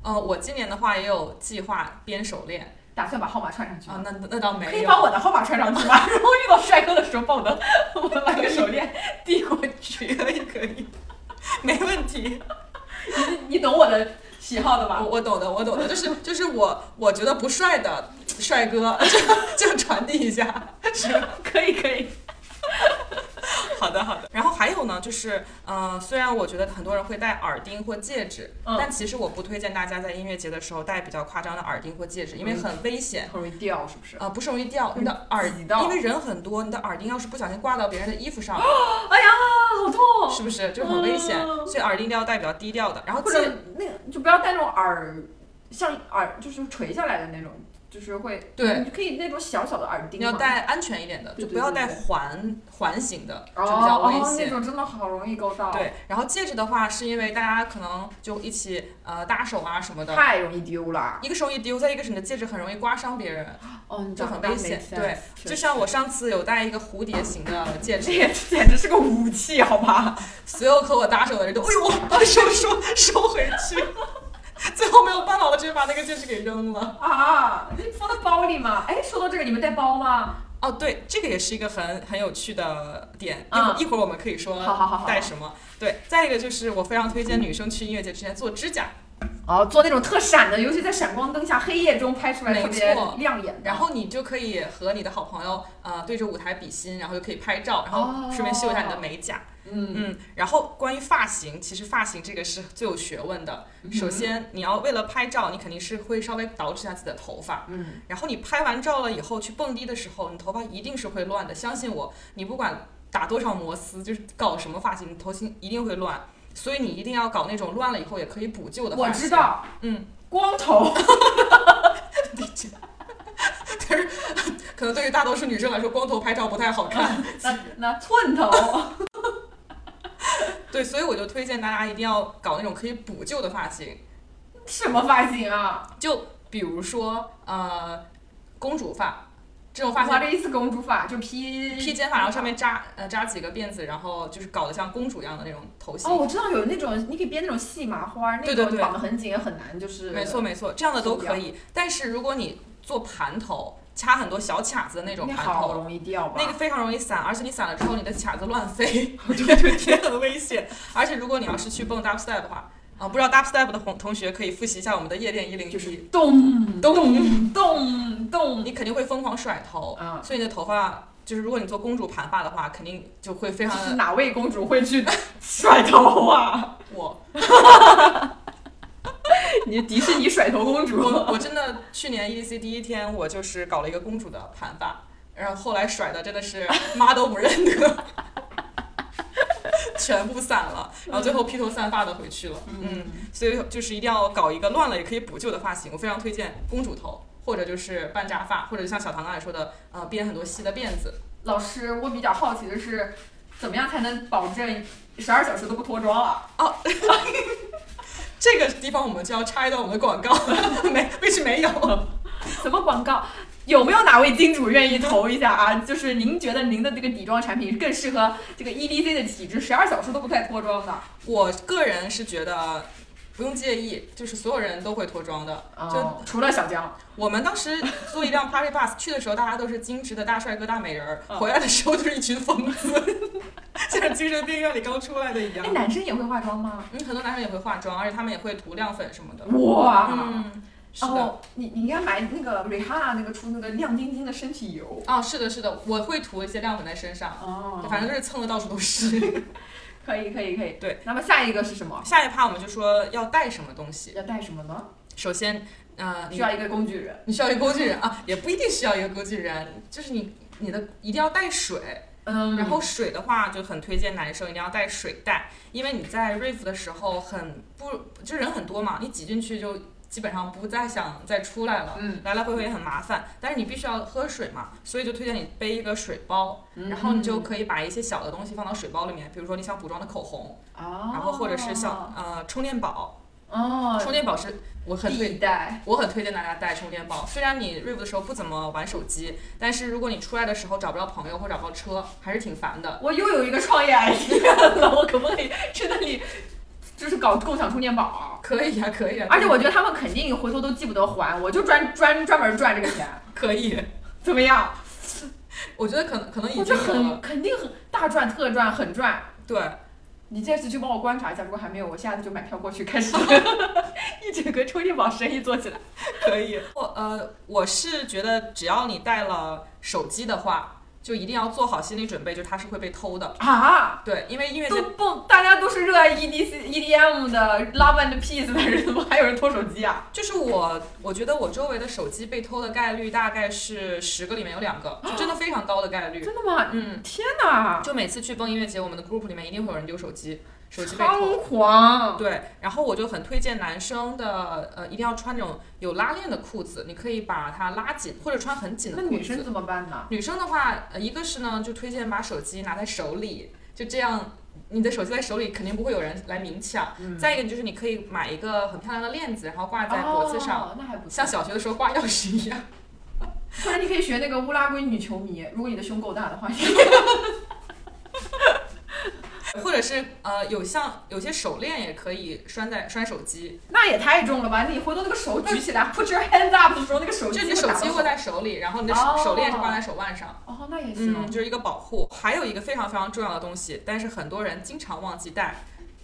[SPEAKER 1] 呃，我今年的话也有计划编手链
[SPEAKER 3] 打算把号码串上去
[SPEAKER 1] 啊、
[SPEAKER 3] 吗？
[SPEAKER 1] 那那倒
[SPEAKER 3] 可
[SPEAKER 1] 没
[SPEAKER 3] 以
[SPEAKER 1] 有。
[SPEAKER 3] 把我的号码串上去吗？ 然后遇到帅哥的时候，把我的 我的那个手链递过 去。
[SPEAKER 1] 可以可以，没问题。
[SPEAKER 3] 你懂我的喜好的
[SPEAKER 1] 我
[SPEAKER 3] 吧？
[SPEAKER 1] 我懂的，我懂的，就是就是我我觉得不帅的帅哥， 就就传递一下。
[SPEAKER 3] 可以可以。
[SPEAKER 1] 好的好的。然后还有呢，就是呃，虽然我觉得很多人会戴耳钉或戒指，
[SPEAKER 3] 嗯
[SPEAKER 1] 但其实我不推荐大家在音乐节的时候戴比较夸张的耳钉或戒指，因为
[SPEAKER 3] 嗯
[SPEAKER 1] 很危险。
[SPEAKER 3] 很容易掉是不是？
[SPEAKER 1] 呃，不是容易掉，你的耳，
[SPEAKER 3] 嗯挤到
[SPEAKER 1] 因为人很多，你的耳钉要是不小心挂到别人的衣服 上，
[SPEAKER 3] 哎呀，好痛！哦
[SPEAKER 1] 是不是就很危险？
[SPEAKER 3] 嗯
[SPEAKER 1] 所以耳钉一定要戴比较低调的。然后
[SPEAKER 3] 或
[SPEAKER 1] 戒
[SPEAKER 3] 者那个就不要戴那种耳，像耳就是垂下来的那种，就是会
[SPEAKER 1] 对
[SPEAKER 3] 你可以那种小小的耳钉
[SPEAKER 1] 你
[SPEAKER 3] 嘛，
[SPEAKER 1] 要戴安全一点的，
[SPEAKER 3] 对
[SPEAKER 1] 就
[SPEAKER 3] 对
[SPEAKER 1] 不要
[SPEAKER 3] 对
[SPEAKER 1] 戴
[SPEAKER 3] 对
[SPEAKER 1] 环环形的，就
[SPEAKER 3] 哦
[SPEAKER 1] 比较危
[SPEAKER 3] 哦，
[SPEAKER 1] 险
[SPEAKER 3] 那。种真的好容易勾到，，
[SPEAKER 1] 对，然后戒指的话，是因为大家可能就一起呃搭手啊什么的，
[SPEAKER 3] 太容易丢了。
[SPEAKER 1] 一个手一丢，再一个是你的戒指很容易刮伤别人，
[SPEAKER 3] 哦，你
[SPEAKER 1] 就
[SPEAKER 3] 长
[SPEAKER 1] 很
[SPEAKER 3] 大
[SPEAKER 1] 危
[SPEAKER 3] 没
[SPEAKER 1] 险。
[SPEAKER 3] sense，
[SPEAKER 1] 对，
[SPEAKER 3] 确
[SPEAKER 1] 就
[SPEAKER 3] 实
[SPEAKER 1] 像我上次有戴一个蝴蝶形的戒
[SPEAKER 3] 这
[SPEAKER 1] 指，
[SPEAKER 3] 也简直是个武器，好吧？
[SPEAKER 1] 所有和我搭手的人都，哎呦，我把手收收回去。 最后没有办法，我直接把那个戒指给扔了。
[SPEAKER 3] 啊，你放在包里嘛。哎，说到这个，你们带包吗？
[SPEAKER 1] 哦，对，这个也是一个很很有趣的点，一会
[SPEAKER 3] 嗯
[SPEAKER 1] 一会儿我们可以说
[SPEAKER 3] 好好好好
[SPEAKER 1] 带什么。对，再一个就是我非常推荐女生去音乐节之前做指甲，
[SPEAKER 3] 哦，做那种特闪的，尤其在闪光灯下黑夜中拍出来特
[SPEAKER 1] 没
[SPEAKER 3] 别
[SPEAKER 1] 错
[SPEAKER 3] 亮眼的。
[SPEAKER 1] 然后你就可以和你的好朋友呃对着舞台比心，然后就可以拍照，然后顺便秀一下你的美甲。
[SPEAKER 3] 嗯，
[SPEAKER 1] 嗯，然后关于发型，其实发型这个是最有学问的。
[SPEAKER 3] 嗯
[SPEAKER 1] 首先，你要为了拍照，你肯定是会稍微捯饬一下自己的头发。
[SPEAKER 3] 嗯，
[SPEAKER 1] 然后你拍完照了以后，去蹦迪的时候，你头发一定是会乱的。相信我，你不管打多少摩丝，就是搞什么发型，你头型一定会乱。所以你一定要搞那种乱了以后也可以补救的
[SPEAKER 3] 我
[SPEAKER 1] 发型。
[SPEAKER 3] 知，道，
[SPEAKER 1] 嗯，
[SPEAKER 3] 光 头，
[SPEAKER 1] 可能对于大多数女生来说，光头拍照不太好看。
[SPEAKER 3] 那那寸头，
[SPEAKER 1] 对，所以我就推荐大家一定要搞那种可以补救的发型，
[SPEAKER 3] 什么发型啊？
[SPEAKER 1] 就比如说呃公主发这种发
[SPEAKER 3] 我
[SPEAKER 1] 型，
[SPEAKER 3] 这一次公主发就披
[SPEAKER 1] 披肩发，然后上面扎呃扎几个辫子，然后就是搞得像公主一样的那种头型。
[SPEAKER 3] 哦，我知道有那种你可以编那种细麻花，那
[SPEAKER 1] 对对
[SPEAKER 3] 种
[SPEAKER 1] 对
[SPEAKER 3] 绑得很紧也很难，就是
[SPEAKER 1] 没错没错，这样的都可以。但是如果你做盘头，掐很多小卡子的那种
[SPEAKER 3] 那
[SPEAKER 1] 盘
[SPEAKER 3] 好
[SPEAKER 1] 头。
[SPEAKER 3] 容易掉吧？
[SPEAKER 1] 那个非常容易散，而且你散了之后，你的卡子乱 飞，对对对，很危险。而且如果你要是去蹦 dubstep 的话，啊，不知道 dubstep 的同同学可以复习一下我们的夜店一零
[SPEAKER 3] 就是
[SPEAKER 1] 一，
[SPEAKER 3] 咚
[SPEAKER 1] 咚
[SPEAKER 3] 咚咚咚，
[SPEAKER 1] 你肯定会疯狂甩头，
[SPEAKER 3] 嗯
[SPEAKER 1] 所以你的头发就是如果你做公主盘发的话，肯定就会非
[SPEAKER 3] 这
[SPEAKER 1] 常
[SPEAKER 3] 是
[SPEAKER 1] 的
[SPEAKER 3] 哪位公主会去甩头啊？
[SPEAKER 1] 我
[SPEAKER 3] 你迪士尼甩头公主，
[SPEAKER 1] 我我真的去年 EDC 第一天我就是搞了一个公主的盘发，然后后来甩的真的是妈都不认得。 全部散了，然后最后披头散发的回去了。嗯，所以就是一定要搞一个乱了也可以补救的发型，我非常推荐公主头，或者就是半扎发，或者就像小唐刚才说的，呃，编很多细的辫子。
[SPEAKER 3] 老师，我比较好奇的是，怎么样才能保证十二小时都不脱妆啊？
[SPEAKER 1] 这个地方我们就要插一段我们的广告， 没，必须没有。
[SPEAKER 3] 什么广告？有没有哪位金主愿意投一下啊？ 就是您觉得您的这个底妆产品更适合这个 EDC 的体质，十二小时都不带脱妆的？
[SPEAKER 1] 我个人是觉得不用介意，就是所有人都会脱妆的。
[SPEAKER 3] 哦除了小江，
[SPEAKER 1] 我们当时坐一辆 Party Bus 去的时候，大家都是精致的大帅哥、大美人儿，
[SPEAKER 2] 嗯
[SPEAKER 1] 回来的时候就是一群疯子，像精神病院里刚出来的一样
[SPEAKER 3] 哎，。男生也会化妆吗？
[SPEAKER 1] 嗯，很多男生也会化妆，而且他们也会涂亮粉什么的。
[SPEAKER 3] 哇！
[SPEAKER 1] 嗯，是
[SPEAKER 3] 然
[SPEAKER 1] 的。
[SPEAKER 3] 后你你应该买那个蕾哈娜那个出那个亮晶晶的身体油。
[SPEAKER 1] 啊，是的，是的，我会涂一些亮粉在身上，
[SPEAKER 3] 哦
[SPEAKER 1] 反正就是蹭的到处都是。
[SPEAKER 3] 可以可以可以。
[SPEAKER 1] 对，
[SPEAKER 3] 那么下一个是什么？
[SPEAKER 1] 下一趴我们就说要带什么东西。
[SPEAKER 3] 要带什么呢？
[SPEAKER 1] 首先，呃，你
[SPEAKER 3] 需要一个工具人。
[SPEAKER 1] 你需要一个工具人啊，也不一定需要一个工具人，就是你你的一定要带水，
[SPEAKER 3] 嗯
[SPEAKER 1] 然后水的话，就很推荐男生一定要带水袋，因为你在 rave 的时候很不就人很多嘛，你挤进去就基本上不再想再出来了，
[SPEAKER 3] 嗯，
[SPEAKER 1] 来来回回也很麻烦。但是你必须要喝水嘛，所以就推荐你背一个水包，
[SPEAKER 3] 嗯
[SPEAKER 1] 然后你就可以把一些小的东西放到水包里面，比如说你想补妆的口红，
[SPEAKER 3] 哦，
[SPEAKER 1] 然后或者是像呃充电宝，
[SPEAKER 3] 哦，
[SPEAKER 1] 充电宝是我很推
[SPEAKER 3] 地带，
[SPEAKER 1] 我很推荐大家带充电宝，虽然你 rave 的时候不怎么玩手机，但是如果你出来的时候找不着朋友或找不着车，还是挺烦的。
[SPEAKER 3] 我又有一个创业 idea 了，我可不可以去那里，就是搞共享充电宝？
[SPEAKER 1] 可以啊，可以啊，
[SPEAKER 3] 而且我觉得他们肯定回头都记不得还，我就专专专门赚这个钱，
[SPEAKER 1] 可以，
[SPEAKER 3] 怎么样？
[SPEAKER 1] 我觉得可能可能已
[SPEAKER 3] 我
[SPEAKER 1] 经
[SPEAKER 3] 这
[SPEAKER 1] 有了
[SPEAKER 3] 很肯定很大赚特赚很赚。
[SPEAKER 1] 对，
[SPEAKER 3] 你这次去帮我观察一下，如果还没有，我下次就买票过去开始， 一整个充电宝生意做起来。
[SPEAKER 1] 可以。我呃，我是觉得只要你带了手机的话，就一定要做好心理准备，就是它是会被偷的。
[SPEAKER 3] 啊！
[SPEAKER 1] 对，因为音乐
[SPEAKER 3] 都
[SPEAKER 1] 节
[SPEAKER 3] 不，大家都是热爱 E EDC、EDM 的 Love and Peace 的人， 怎么还有人偷手机啊？
[SPEAKER 1] 就是我，我觉得我周围的手机被偷的概率大概是十个里面有两个，就真的非常高的概率。
[SPEAKER 3] 真的吗？
[SPEAKER 1] 嗯，
[SPEAKER 3] 天哪！
[SPEAKER 1] 就每次去蹦音乐节，我们的 group 里面一定会有人丢手机，手机被偷。
[SPEAKER 3] 猖狂！
[SPEAKER 1] 对，然后我就很推荐男生的，呃，一定要穿那种有拉链的裤子，你可以把它拉紧，或者穿很紧的
[SPEAKER 3] 那
[SPEAKER 1] 裤子。
[SPEAKER 3] 女生怎么办呢？
[SPEAKER 1] 女生的话，呃，一个是呢，就推荐把手机拿在手里，就这样，你的手机在手里肯定不会有人来明抢。
[SPEAKER 3] 嗯
[SPEAKER 1] 再一个就是你可以买一个很漂亮的链子，然后挂在脖子上，
[SPEAKER 3] 哦，那还不错
[SPEAKER 1] 像。小学的时候挂钥匙一样。
[SPEAKER 3] 或者你可以学那个乌拉圭女球迷，如果你的胸够大 的话，
[SPEAKER 1] 或者是呃，有像有些手链也可以拴在拴手机，
[SPEAKER 3] 那也太重了吧！你回头那个手举 起来，put your hands up 的时候，那个手
[SPEAKER 1] 就
[SPEAKER 3] 机
[SPEAKER 1] 是
[SPEAKER 3] 会
[SPEAKER 1] 你手
[SPEAKER 3] 打到
[SPEAKER 1] 机
[SPEAKER 3] 手
[SPEAKER 1] 握在手里，然后你的手手链是挂
[SPEAKER 3] 哦
[SPEAKER 1] 在手腕上。
[SPEAKER 3] 哦，那也行。
[SPEAKER 1] 嗯，就是一个保护。还有一个非常非常重要的东西，但是很多人经常忘记带，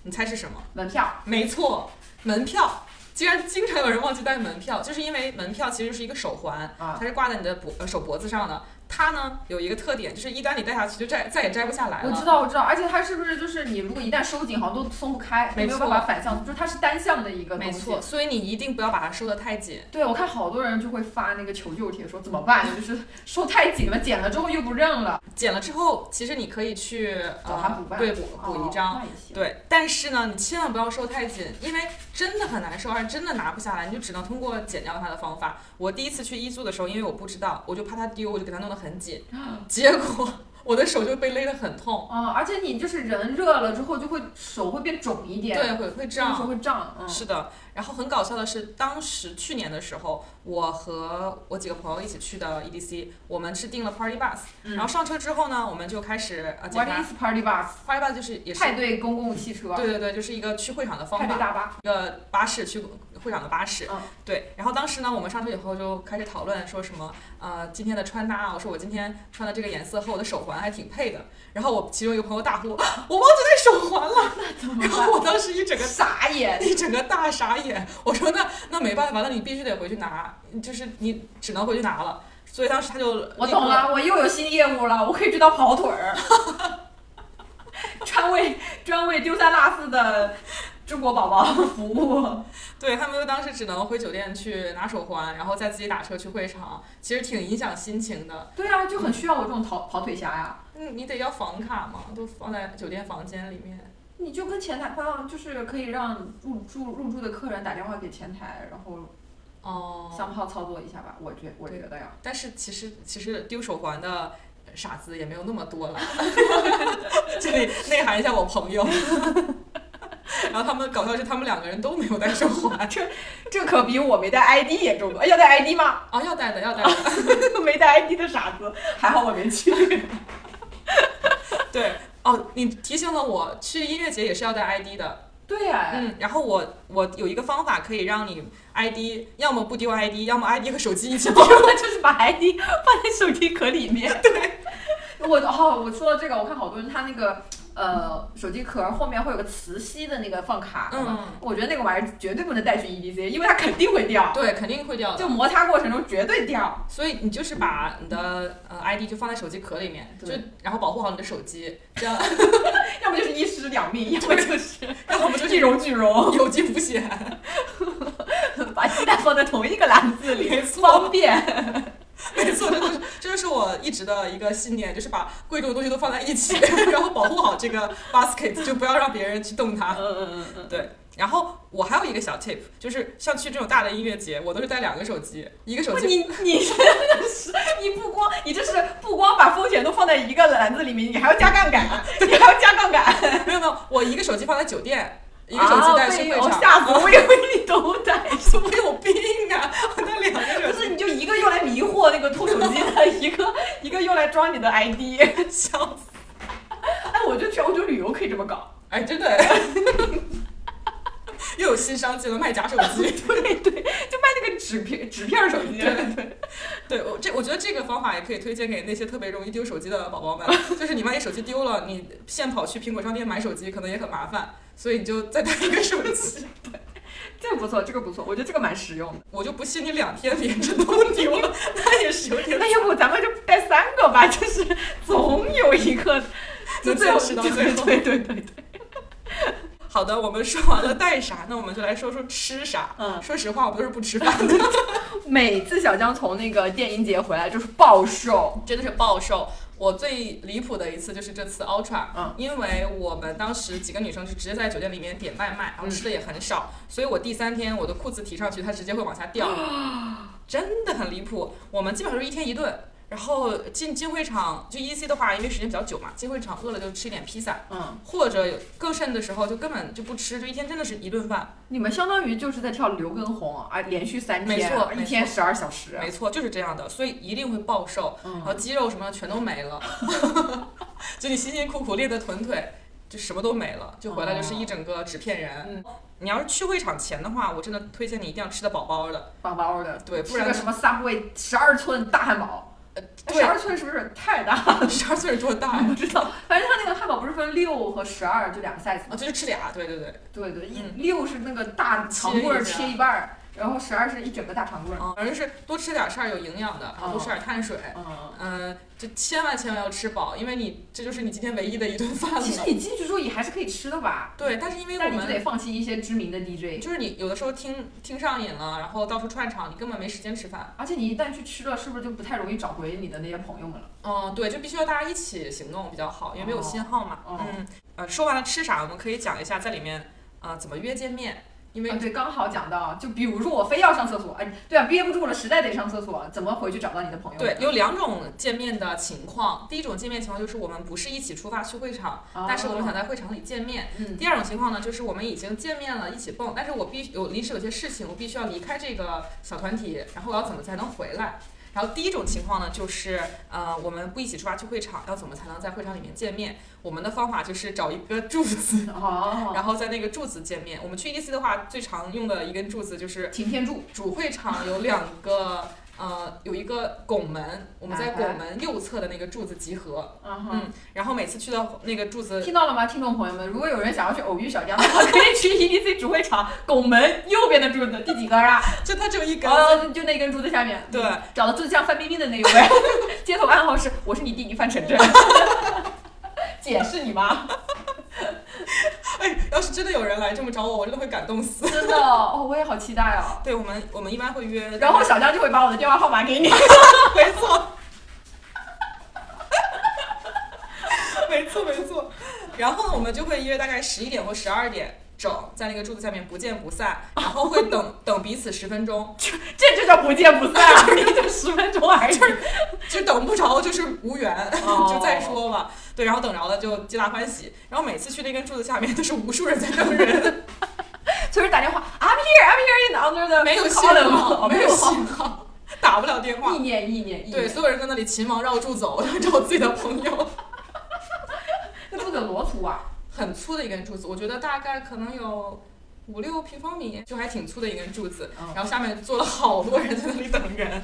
[SPEAKER 1] 你猜是什么？
[SPEAKER 3] 门票
[SPEAKER 1] 没错，门票。居然经常有人忘记带门票，就是因为门票其实是一个手环，
[SPEAKER 3] 啊
[SPEAKER 1] 它是挂在你的脖呃手脖子上的。它呢有一个特点，就是一旦你戴下去就摘再也摘不下来
[SPEAKER 3] 我知
[SPEAKER 1] 了。
[SPEAKER 3] 道，我知道，而且它是不是就是你如果一旦收紧，好像都松不开，
[SPEAKER 1] 没
[SPEAKER 3] 没有
[SPEAKER 1] 错
[SPEAKER 3] 办法反向，就是它是单向的一个
[SPEAKER 1] 没
[SPEAKER 3] 东西。
[SPEAKER 1] 错，所以你一定不要把它收得太紧。
[SPEAKER 3] 对，我看好多人就会发那个求救帖，说怎么办？就是收太紧了，剪了之后又不认了，
[SPEAKER 1] 剪了之后，其实你可以去
[SPEAKER 3] 找它
[SPEAKER 1] 呃
[SPEAKER 3] 补办
[SPEAKER 1] 对补补一张。
[SPEAKER 3] 哦、那也行。
[SPEAKER 1] 对，但是呢，你千万不要收太紧，因为真的很难收，而真的拿不下来，你就只能通过剪掉它的方法。我第一次去医租的时候，因为我不知道，我就怕它丢，我就给它弄得很紧，
[SPEAKER 3] 啊
[SPEAKER 1] 结果我的手就被勒得很痛，
[SPEAKER 3] 嗯，而且你就是人热了之后，就会手会变肿一点，
[SPEAKER 1] 对，，会会
[SPEAKER 3] 这样时
[SPEAKER 1] 胀。
[SPEAKER 3] 候会胀。嗯，
[SPEAKER 1] 是的，然后很搞笑的是，当时去年的时候，我和我几个朋友一起去的 EDC，我们是订了 party bus，、
[SPEAKER 3] 嗯
[SPEAKER 1] 然后上车之后呢，我们就开始呃检
[SPEAKER 3] What
[SPEAKER 1] 查
[SPEAKER 3] is party bus？
[SPEAKER 1] party bus 就是也是
[SPEAKER 3] 派对公共汽车，
[SPEAKER 1] 对对对，就是一个去会场的方
[SPEAKER 3] 派
[SPEAKER 1] 法
[SPEAKER 3] 对。大巴。
[SPEAKER 1] 一个巴士去会场的巴士，
[SPEAKER 3] 嗯
[SPEAKER 1] 对。然后当时呢，我们上车以后就开始讨论说什么，呃，今天的穿搭啊，我说我今天穿的这个颜色和我的手环还挺配的。然后我其中一个朋友大呼，啊我忘记带手环了。然后我当时一整个
[SPEAKER 3] 傻 眼，
[SPEAKER 1] 一整个大傻眼，我说那那没办法，那你必须得回去拿，就是你只能回去拿了。所以当时他就
[SPEAKER 3] 我懂，了，我又有新业务了，我可以知道跑腿儿， 专为专为丢三落四的中国宝宝服务。
[SPEAKER 1] 对他们就当时只能回酒店去拿手环，然后再自己打车去会场，其实挺影响心情的。
[SPEAKER 3] 对啊，就很需要我这种跑跑腿侠呀。
[SPEAKER 1] 嗯，你得要房卡嘛，都放在酒店房间里面。
[SPEAKER 3] 你就跟前台朋友，就是可以让入住入住的客人打电话给前台，然后
[SPEAKER 1] 哦、
[SPEAKER 3] 上号操作一下吧。我觉我觉得呀，
[SPEAKER 1] 但是其实其实丢手环的呃傻子也没有那么多了。 这里内涵一下我朋友。 然后他们搞笑是他们两个人都没有带手环
[SPEAKER 3] 这可比我没带 ID 严重多。哎要带 ID 吗？
[SPEAKER 1] 啊，要带的要带的。
[SPEAKER 3] 没带 ID 的傻子，还好我没去。
[SPEAKER 1] 对哦，你提醒了我，去音乐节也是要带 ID 的。
[SPEAKER 3] 对呀、
[SPEAKER 1] 嗯，然后我我有一个方法可以让你 ID 要么不丢 ID，要么 ID 和手机一起丢。
[SPEAKER 3] 就是把 ID 放在手提壳里面。对， 我哦，我说到这个，我看好多人他那个呃手机壳后面会有个磁吸的那个放卡的嘛，
[SPEAKER 1] 嗯
[SPEAKER 3] 我觉得那个玩意儿绝对不能带去 EDC，因为它肯定会掉，
[SPEAKER 1] 对，肯定会掉的。
[SPEAKER 3] 就摩擦过程中绝对掉。
[SPEAKER 1] 所以你就是把你的呃 ID 就放在手机壳里面，就
[SPEAKER 3] 对
[SPEAKER 1] 然后保护好你的手机，这样
[SPEAKER 3] 要不就是一尸两命，要不就是
[SPEAKER 1] 要不就是
[SPEAKER 3] 一荣俱荣，
[SPEAKER 1] 有惊无险。
[SPEAKER 3] 把鸡蛋放在同一个篮子里，
[SPEAKER 1] 没错，
[SPEAKER 3] 方便。
[SPEAKER 1] 没错，这就是这就是我一直的一个信念，就是把贵重的东西都放在一起， 然后保护好这个 basket，就不要让别人去动它。
[SPEAKER 3] 嗯嗯嗯
[SPEAKER 1] 对，然后我还有一个小 tip，就是像去这种大的音乐节，我都是带两个手机，一个手
[SPEAKER 3] 不，
[SPEAKER 1] 机。
[SPEAKER 3] 你你真的是，你不光你这是不光把风险都放在一个篮子里面，你还要加杠杆，你还要加杠杆。
[SPEAKER 1] 没有没有，我一个手机放在酒店， 一个手机带去会
[SPEAKER 3] 啊
[SPEAKER 1] 场。
[SPEAKER 3] 被我 吓死我，我以为你都带。
[SPEAKER 1] 怎么有病啊！我带两个手
[SPEAKER 3] 不
[SPEAKER 1] 机，
[SPEAKER 3] 是，你就一个用来迷惑那个偷手机的，一个一个用来装你的 ID。
[SPEAKER 1] 笑死！
[SPEAKER 3] 哎，我觉得去欧洲旅游可以这么搞。
[SPEAKER 1] 哎，真的，又有新商机了，卖假手 机。
[SPEAKER 3] 对对，就卖那个纸片纸片手机。
[SPEAKER 1] 对对我这，我觉得这个方法也可以推荐给那些特别容易丢手机的宝宝们。就是你万一手机丢了，你现跑去苹果商店买手机，可能也很麻烦，所以你就再带一个手机。
[SPEAKER 3] 这个不错，这个不错，我觉得这个蛮实用的。
[SPEAKER 1] 我就不信你两天连着都丢了，那也是有点
[SPEAKER 3] 那要不咱们就带三个 吧，就是总有一 个，就
[SPEAKER 1] 能
[SPEAKER 3] 最后
[SPEAKER 1] 坚持到最后。
[SPEAKER 3] 对对对对对，
[SPEAKER 1] 好的，我们说完了带啥，那我们就来说说吃啥。
[SPEAKER 3] 嗯，
[SPEAKER 1] 说实话，我们都是不吃饭的，
[SPEAKER 3] 每次小江从那个电影节回来就是暴瘦，
[SPEAKER 1] 真的是暴瘦。我最离谱的一次就是这次 Ultra，
[SPEAKER 3] 嗯
[SPEAKER 1] 因为我们当时几个女生是直接在酒店里面点外卖，然后吃的也很少，所以我第三天我的裤子提上去，它直接会往下掉，真的很离谱。我们基本上是一天一顿，然后进进会场就 E C 的话，因为时间比较久嘛，进会场饿了就吃一点披萨，
[SPEAKER 3] 嗯，
[SPEAKER 1] 或者有更甚的时候就根本就不吃，就一天真的是一顿饭。
[SPEAKER 3] 你们相当于就是在跳刘畊宏啊，连续三天，
[SPEAKER 1] 没错
[SPEAKER 3] 一天十二小时，啊
[SPEAKER 1] 没错，就是这样的，所以一定会暴瘦，然后
[SPEAKER 3] 嗯，
[SPEAKER 1] 肌肉什么的全都没了， 就你辛辛苦苦练的臀腿。就什么都没了，就回来就是一整个纸片人。
[SPEAKER 3] 哦嗯
[SPEAKER 1] 你要是去会场前的话，我真的推 荐你一定要吃的饱饱的，
[SPEAKER 3] 饱饱的，
[SPEAKER 1] 对，不
[SPEAKER 3] 吃
[SPEAKER 1] 然
[SPEAKER 3] 个什么 Subway 十二寸大汉堡，
[SPEAKER 1] 呃
[SPEAKER 3] 十二寸是不是太大了？
[SPEAKER 1] 十二岁是多大
[SPEAKER 3] 不
[SPEAKER 1] 呀？
[SPEAKER 3] 知道，反正它那个汉堡不是分六和十二就两个 size
[SPEAKER 1] 啊，
[SPEAKER 3] 吗？
[SPEAKER 1] 就是吃俩，对对对。
[SPEAKER 3] 对对，一
[SPEAKER 1] 嗯
[SPEAKER 3] 六是那个大长棍儿
[SPEAKER 1] 切一半
[SPEAKER 3] 切一半儿，然后十二是一整个大长棍儿。
[SPEAKER 1] 啊，反正是多吃点事儿有营养的，
[SPEAKER 3] 嗯哦
[SPEAKER 1] 多吃点碳水。
[SPEAKER 3] 嗯，
[SPEAKER 1] 嗯，就千万千万要吃饱，因为你这就是你今天唯一的一顿饭
[SPEAKER 3] 其 实
[SPEAKER 1] 了。
[SPEAKER 3] 你进去之后也还是可以吃的吧，
[SPEAKER 1] 对，但是因为我
[SPEAKER 3] 但你就得
[SPEAKER 1] 们
[SPEAKER 3] 放弃一些知名的 DJ，
[SPEAKER 1] 就是你有的时候听听上瘾了，然后到处串场，你根本没时间吃饭。
[SPEAKER 3] 而且你一旦去吃了，是不是就不太容易找回你的那些朋友们了？
[SPEAKER 1] 嗯，对，就必须要大家一起行动比较好，因为没有信号嘛。
[SPEAKER 3] 哦
[SPEAKER 1] 嗯，呃，说完了吃啥，我们可以讲一下在里面啊、呃怎么约见面，因为
[SPEAKER 3] 啊，对，刚好讲到，就比如说我非要上厕所，哎，对啊，憋不住了，实在得上厕所，怎么回去找到你的朋友？
[SPEAKER 1] 对，有两种见面的情况。第一种见面情况就是我们不是一起出发去会场，
[SPEAKER 3] 哦
[SPEAKER 1] 但是我们想在会场里见面。
[SPEAKER 3] 嗯，
[SPEAKER 1] 第二种情况呢，就是我们已经见面了，一起蹦，但是我必须有临时有些事情，我必须要离开这个小团体，然后我要怎么才能回来？然后第一种情况呢，就是呃，我们不一起出发去会场，要怎么才能在会场里面见面？我们的方法就是找一个柱子，
[SPEAKER 3] 哦，
[SPEAKER 1] 然后在那个柱子见面。我们去 EDC 的话，最常用的一根柱子就是
[SPEAKER 3] 擎天柱，
[SPEAKER 1] 主会场有两个呃，有一个拱门，我们在拱门右侧的那个柱子集合，
[SPEAKER 3] 嗯
[SPEAKER 1] 嗯然后每次去到那个柱子
[SPEAKER 3] 听到了吗，听众朋友们？如果有人想要去偶遇小江的话， 可以去 EDC 主会场拱门右边的柱子第几根啊？
[SPEAKER 1] 就它只有一根，
[SPEAKER 3] 哦，就那根柱子下面。
[SPEAKER 1] 对，
[SPEAKER 3] 找到最像范冰冰的那一位， 街头暗号是“我是你弟弟范丞丞”， 姐是你妈，
[SPEAKER 1] 哎，要是真的有人来这么找我，我真的会感动死。
[SPEAKER 3] 真的哦，我也好期待哦。
[SPEAKER 1] 对我们，我们一般会约，
[SPEAKER 3] 然后小江就会把我的电话号码给你。
[SPEAKER 1] 没错， 没错没错。然后呢，我们就会约大概十一点或十二点整，在那个柱子下面不见不散，然后会等 等彼此十分钟，
[SPEAKER 3] 这就叫不见不散，这就十分钟而已。
[SPEAKER 1] 就等不着就是无缘，
[SPEAKER 3] 哦
[SPEAKER 1] 就再说吧。对，然后等着了就皆大欢喜。然后每次去那根柱子下面都是无数人在等人，
[SPEAKER 3] 就是打电话，I'm here, I'm here in under the
[SPEAKER 1] 没有信
[SPEAKER 3] column
[SPEAKER 1] 号，
[SPEAKER 3] 没
[SPEAKER 1] 没有
[SPEAKER 3] 有
[SPEAKER 1] 信号，打不了电话
[SPEAKER 3] 意。念意念意
[SPEAKER 1] 对，
[SPEAKER 3] 念，
[SPEAKER 1] 所有人在那里秦王绕柱走， 找自己的朋友。
[SPEAKER 3] 那柱子有多粗啊？
[SPEAKER 1] 很粗的一根柱子，我觉得大概可能有五六平方米，就还挺粗的一根柱子。
[SPEAKER 3] 嗯
[SPEAKER 1] 然后下面坐了好多人在那里等人，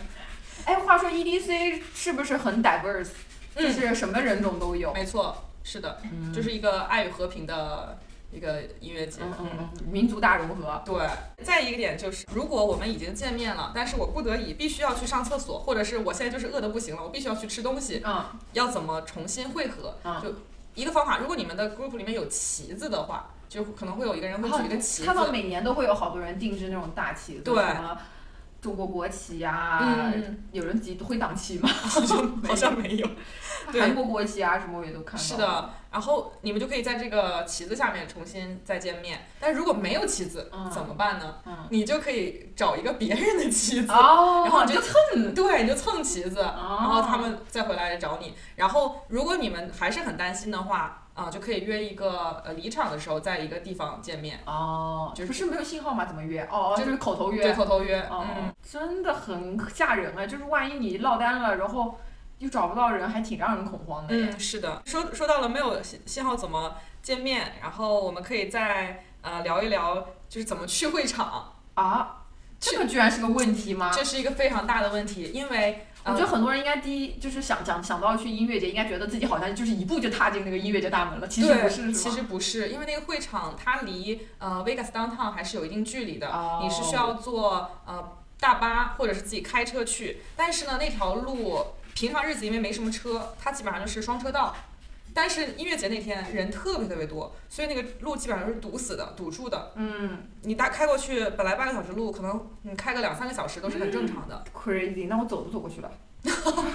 [SPEAKER 3] 哎，话说 EDC 是不是很 diverse？、就
[SPEAKER 1] 嗯，
[SPEAKER 3] 是什么人种都有。
[SPEAKER 1] 没错，是的，就是一个爱与和平的一个音乐节。
[SPEAKER 3] 嗯嗯嗯，民族大融合。
[SPEAKER 1] 对，再一个点就是，如果我们已经见面了，但是我不得已必须要去上厕所，或者是我现在就是饿得不行了，我必须要去吃东西，
[SPEAKER 3] 嗯，
[SPEAKER 1] 要怎么重新汇合？
[SPEAKER 3] 嗯
[SPEAKER 1] 就一个方法，如果你们的 group 里面有旗子的话，就可能会有一个人会举一个旗子，
[SPEAKER 3] 啊看到每年都会有好多人定制那种大旗子，
[SPEAKER 1] 对
[SPEAKER 3] 什么中国国旗呀、
[SPEAKER 1] 嗯嗯
[SPEAKER 3] 有人集挥党旗吗？
[SPEAKER 1] 好 像好像没有。对
[SPEAKER 3] 韩国国旗啊什么我也都看到。
[SPEAKER 1] 是，的，然后你们就可以在这个旗子下面重新再见面。但如果没有旗子，
[SPEAKER 3] 嗯
[SPEAKER 1] 怎么办呢？
[SPEAKER 3] 嗯，
[SPEAKER 1] 你就可以找一个别人的旗子，
[SPEAKER 3] 哦，
[SPEAKER 1] 然后你
[SPEAKER 3] 你
[SPEAKER 1] 就
[SPEAKER 3] 蹭，
[SPEAKER 1] 对，你就蹭旗子，然
[SPEAKER 3] 然
[SPEAKER 1] 后他们再回来找你。然后如果你们还是很担心的话，啊、就可以约一个呃离场的时候，在一个地方见面，
[SPEAKER 3] 哦，
[SPEAKER 1] 就是
[SPEAKER 3] 不是没有信号吗？怎么约？哦，哦
[SPEAKER 1] 就
[SPEAKER 3] 就是口头
[SPEAKER 1] 对，
[SPEAKER 3] 约。
[SPEAKER 1] 口头约，
[SPEAKER 3] 哦，
[SPEAKER 1] 嗯，
[SPEAKER 3] 真的很吓人啊！就是万一你落单了，然后又找不到人，还挺让人恐慌的。
[SPEAKER 1] 嗯，是的，说说到了没有信信号怎么见面，然后我们可以再呃聊一聊，就是怎么去会场，
[SPEAKER 3] 啊，这个居然是个问题吗？
[SPEAKER 1] 这是一个非常大的问题，因为
[SPEAKER 3] 我
[SPEAKER 1] 呃
[SPEAKER 3] 觉得很多人应该第一就是想想想到去音乐节，应该觉得自己好像就是一步就踏进那个音乐节大门了，其实
[SPEAKER 1] 对，
[SPEAKER 3] 不是，
[SPEAKER 1] 其
[SPEAKER 3] 是吗？
[SPEAKER 1] 实不是，因为那个会场它离呃 Vegas downtown 还是有一定距离的，
[SPEAKER 3] 哦
[SPEAKER 1] 你是需要坐呃大巴或者是自己开车去。但是呢，那条路平常日子因为没什么车，它基本上就是双车道。但是音乐节那天人特别特别多，所以那个路基本上都是堵死的、堵住的。
[SPEAKER 3] 嗯
[SPEAKER 1] 你大开过去，本来半个小时路，可能你开个两三个小时都是很正常的。
[SPEAKER 3] ，crazy。那我走都走过去了。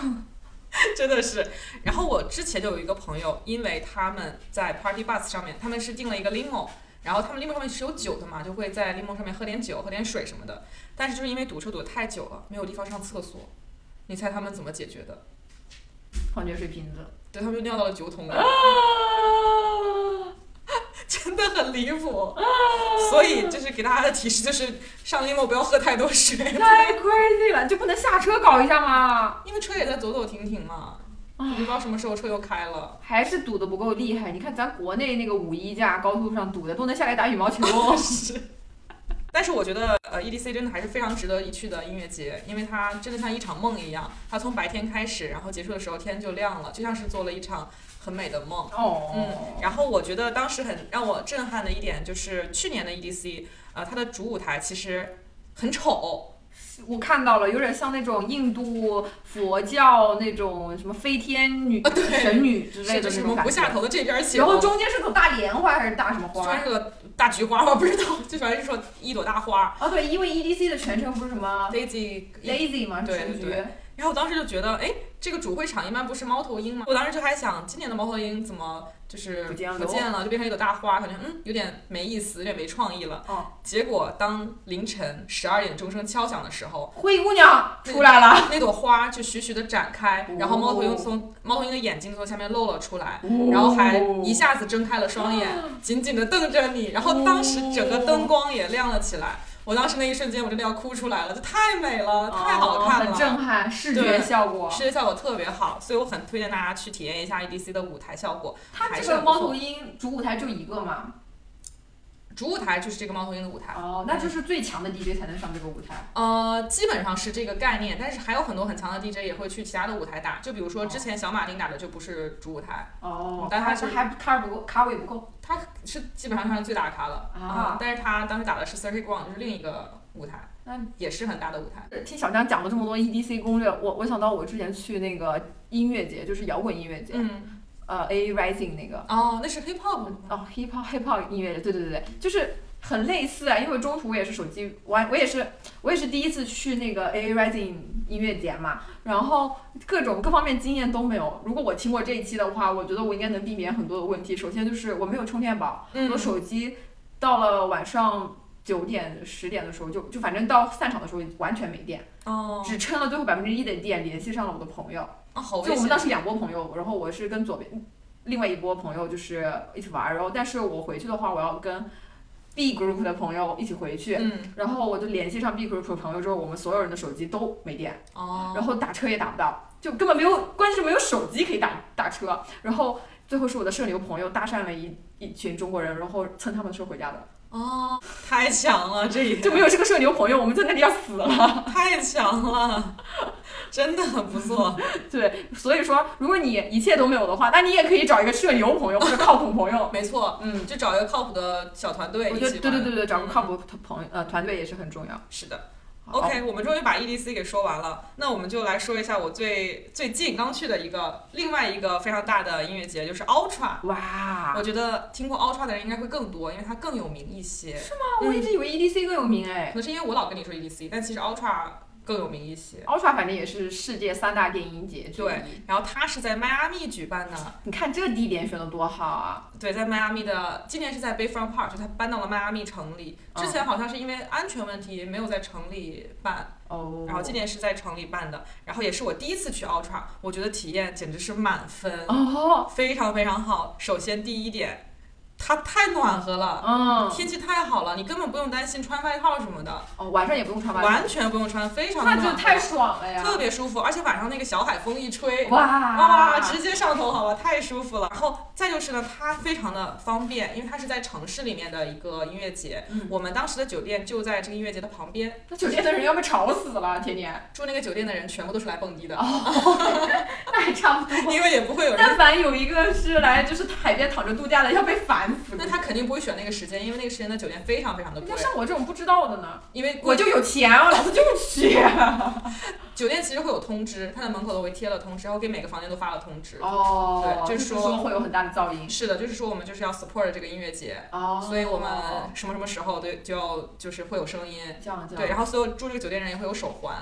[SPEAKER 1] 真的是。然后我之前就有一个朋友，因为他们在 Party Bus 上面，他们是订了一个 limo，然后他们 limo 上面是有酒的嘛，就会在 limo 上面喝点酒、喝点水什么的。但是就是因为堵车堵得太久了，没有地方上厕所，你猜他们怎么解决的？
[SPEAKER 3] 矿泉水瓶子。
[SPEAKER 1] 对，他们就尿到了酒桶里， 真的很离谱。所以就是给大家的提示就是，上 limo 不要喝太多水，
[SPEAKER 3] 太 crazy 了，就不能下车搞一下吗？
[SPEAKER 1] 因为车也在走走停停嘛，你不知道什么时候车又开了。
[SPEAKER 3] 还是堵得不 够厉害？你看咱国内那个五一假，高速上堵的都能下来打羽毛球。
[SPEAKER 1] 是。 但是我觉得，呃，EDC 真的还是非常值得一去的音乐节，因为它真的像一场梦一样，它从白天开始，然后结束的时候天就亮了，就像是做了一场很美的梦。
[SPEAKER 4] 哦
[SPEAKER 1] 嗯，然后我觉得当时很让我震撼的一点就是去年的 EDC，呃，它的主舞台其实很丑，
[SPEAKER 4] 我看到了，有点像那种印度佛教那种什么飞天女、神女之类
[SPEAKER 1] 哦是
[SPEAKER 4] 的
[SPEAKER 1] 就是
[SPEAKER 4] 那
[SPEAKER 1] 什
[SPEAKER 4] 种
[SPEAKER 1] 么
[SPEAKER 4] 感
[SPEAKER 1] 不下
[SPEAKER 4] 觉。
[SPEAKER 1] 头的这边儿起，
[SPEAKER 4] 然后中间是朵大莲花还是大什么花
[SPEAKER 1] 穿？个大菊花，我不知道，就反正是说一朵大花
[SPEAKER 4] 哦，对，因为 EDC 的全称不是什么
[SPEAKER 1] ，Daisy
[SPEAKER 4] Lazy 吗？
[SPEAKER 1] ，E 对
[SPEAKER 4] 雏菊
[SPEAKER 1] 对然后我当时就觉得，哎，这个主会场一般不是猫头鹰吗？我当时就还想，今年的猫头鹰怎么就是
[SPEAKER 3] 不见了
[SPEAKER 1] 不见了，就变成一朵大花，感觉嗯有点没意思，有点没创意了。
[SPEAKER 4] 哦
[SPEAKER 1] 结果当凌晨十二点钟声敲响的时候，
[SPEAKER 4] 灰姑娘出来了，
[SPEAKER 1] 那朵花就徐徐的展开，然后猫头鹰
[SPEAKER 4] 哦
[SPEAKER 1] 从猫头鹰的眼睛从下面露了出来，然后还
[SPEAKER 4] 哦
[SPEAKER 3] 哦
[SPEAKER 1] 一下子睁开了双眼，紧紧的瞪着你，然后当时整个灯光也亮了起来。我当时那一瞬间，我真的要哭出来了，这太美了，太
[SPEAKER 3] 哦
[SPEAKER 1] 好看了，
[SPEAKER 4] 很震撼，视觉
[SPEAKER 1] 对
[SPEAKER 4] 效果。
[SPEAKER 1] 视觉效果特别好，所以我很推荐大家去体验一下 EDC 的舞台效果。
[SPEAKER 4] 它
[SPEAKER 1] 还
[SPEAKER 4] 这
[SPEAKER 1] 是
[SPEAKER 4] 个
[SPEAKER 1] 很不
[SPEAKER 4] 猫
[SPEAKER 1] 错
[SPEAKER 4] 头鹰主舞台就一个嘛，
[SPEAKER 1] 主舞台就是这个猫头鹰的舞台，
[SPEAKER 4] 哦，那就是最强的 DJ 才能上这个舞台。
[SPEAKER 1] 呃，基本上是这个概念，但是还有很多很强的 DJ 也会去其他的舞台打，就比如说之前小马丁打的就不是主舞台，
[SPEAKER 4] 哦，
[SPEAKER 1] 嗯但它
[SPEAKER 4] 还
[SPEAKER 1] 是
[SPEAKER 4] 还卡不够，卡位不够
[SPEAKER 1] 他是基本上算是最大咖了
[SPEAKER 4] 啊
[SPEAKER 1] 嗯但是他当时打的是 Circuit Ground，就是另一个舞台，
[SPEAKER 4] 那
[SPEAKER 1] 也是很大的舞台。
[SPEAKER 4] 呃
[SPEAKER 3] 听小江讲了这么多
[SPEAKER 4] E
[SPEAKER 3] EDC 攻略，我我想到我之前去那个音乐节，就是摇滚音乐节，
[SPEAKER 1] 嗯，
[SPEAKER 3] 呃，A Rising 那个，
[SPEAKER 1] 哦，那是 Hip Hop，
[SPEAKER 3] 哦，hip hop hip hop 音乐节，对对对对，就是很类似啊，因为中途我也是手机玩，我也是我也是第一次去那个 A Rising 音乐节嘛，然后各种各方面经验都没有。如果我听过这一期的话，我觉得我应该能避免很多的问题。首先就是我没有充电宝，
[SPEAKER 1] 嗯
[SPEAKER 3] 我，手机到了晚上。九点十点的时候就就反正到散场的时候完全没电，
[SPEAKER 1] 哦，
[SPEAKER 3] 只撑了最后百分之一的电联系上了我的朋友，
[SPEAKER 1] 啊，好危
[SPEAKER 3] 就我们
[SPEAKER 1] 险
[SPEAKER 3] 当。时两波朋友，然后我是跟左边另外一波朋友就是一起玩儿，然后但是我回去的话，我要跟 B group 的朋友一起回去，
[SPEAKER 1] 嗯，
[SPEAKER 3] 然后我就联系上 B group 的朋友之后，我们所有人的手机都没电，
[SPEAKER 1] 哦，
[SPEAKER 3] 然后打车也打不到，就根本没有，关键是没有手机可以打打车，然后最后是我的社牛朋友搭讪了一一群中国人，然后蹭他们的车回家的，
[SPEAKER 1] 哦，太强了，这一点
[SPEAKER 3] 就没有这个社牛朋友，我们在那里要死了。
[SPEAKER 1] 太强了，真的很不错。
[SPEAKER 3] 对，所以说如果你一切都没有的话，那你也可以找一个社牛朋友或者靠谱朋友，
[SPEAKER 1] 没错，
[SPEAKER 3] 嗯。
[SPEAKER 1] 就找一个靠谱的小团队一
[SPEAKER 3] 我
[SPEAKER 1] 起
[SPEAKER 3] 觉得对对
[SPEAKER 1] 玩
[SPEAKER 3] 对对，找个靠谱的朋友呃团队也是很重要。
[SPEAKER 1] 是的。
[SPEAKER 3] 好
[SPEAKER 1] OK，我们终于把 EDC 给说完了，那我们就来说一下我最最近刚去的一个另外一个非常大的音乐节，就是 Ultra。
[SPEAKER 3] 哇
[SPEAKER 1] 我，觉得听过 Ultra 的人应该会更多，因为它更有名一些。是吗？
[SPEAKER 3] 那我一直以为 EDC 更有名哎
[SPEAKER 1] 可能是因为我老跟你说 EDC，但其实 Ultra 更有名一些。
[SPEAKER 3] ，Ultra 反正也是世界三大电音节之一。
[SPEAKER 1] 对，然后它是在迈阿密举办的，
[SPEAKER 3] 你看这地点选的多好啊！
[SPEAKER 1] 对，在迈阿密的今年是在 Bayfront Park，就它搬到了迈阿密城里。之前好像是因为安全问题没有在城里办，
[SPEAKER 3] 哦，
[SPEAKER 1] 然后今年是在城里办的。然后也是我第一次去 Ultra，我觉得体验简直是满分，
[SPEAKER 3] 哦，
[SPEAKER 1] 非常非常好。首先第一点，它太暖和了。
[SPEAKER 3] 嗯，
[SPEAKER 1] 天气太好了，你根本不用担心穿外套什么的，
[SPEAKER 3] 哦，晚上也不用穿袜子，
[SPEAKER 1] 完全不用穿，非常
[SPEAKER 4] 那
[SPEAKER 1] 暖
[SPEAKER 4] 就
[SPEAKER 1] 和，
[SPEAKER 4] 太爽了呀！
[SPEAKER 1] 特别舒服。而且晚上那个小海风一吹，
[SPEAKER 3] 哇
[SPEAKER 1] 哇，啊直接上头好吧，太舒服了。然后再就是呢，它非常的方便，因为它是在城市里面的一个音乐节。
[SPEAKER 3] 嗯
[SPEAKER 1] 我们当时的酒店就在这个音乐节的旁边，
[SPEAKER 3] 那酒店的人要被吵死了，天天。
[SPEAKER 1] 住那个酒店的人全部都是来蹦迪 的，
[SPEAKER 4] 那还差不多。
[SPEAKER 1] 因为也不会有人。
[SPEAKER 3] 但凡有一个是来就是海边躺着度假的，要被烦死。
[SPEAKER 1] 那他肯定不会选那个时间，因为那个时间的酒店非常非常的贵
[SPEAKER 3] 那。像我这种不知道的呢，
[SPEAKER 1] 因为
[SPEAKER 3] 我就有钱，我老子就去。
[SPEAKER 1] 酒店其实会有通知，它的门口都会贴了通知，然后给每个房间都发了通知。
[SPEAKER 3] 哦，
[SPEAKER 1] 对就是
[SPEAKER 3] 是
[SPEAKER 1] 说
[SPEAKER 3] 说会有很大的噪音。
[SPEAKER 1] 是的，就是说我们就是要 support 这个音乐节，
[SPEAKER 3] 哦，
[SPEAKER 1] 所以我们什么什么时候对就要就是会有声音，
[SPEAKER 3] 这样这样。
[SPEAKER 1] 对，然后所有住这个酒店人也会有手环。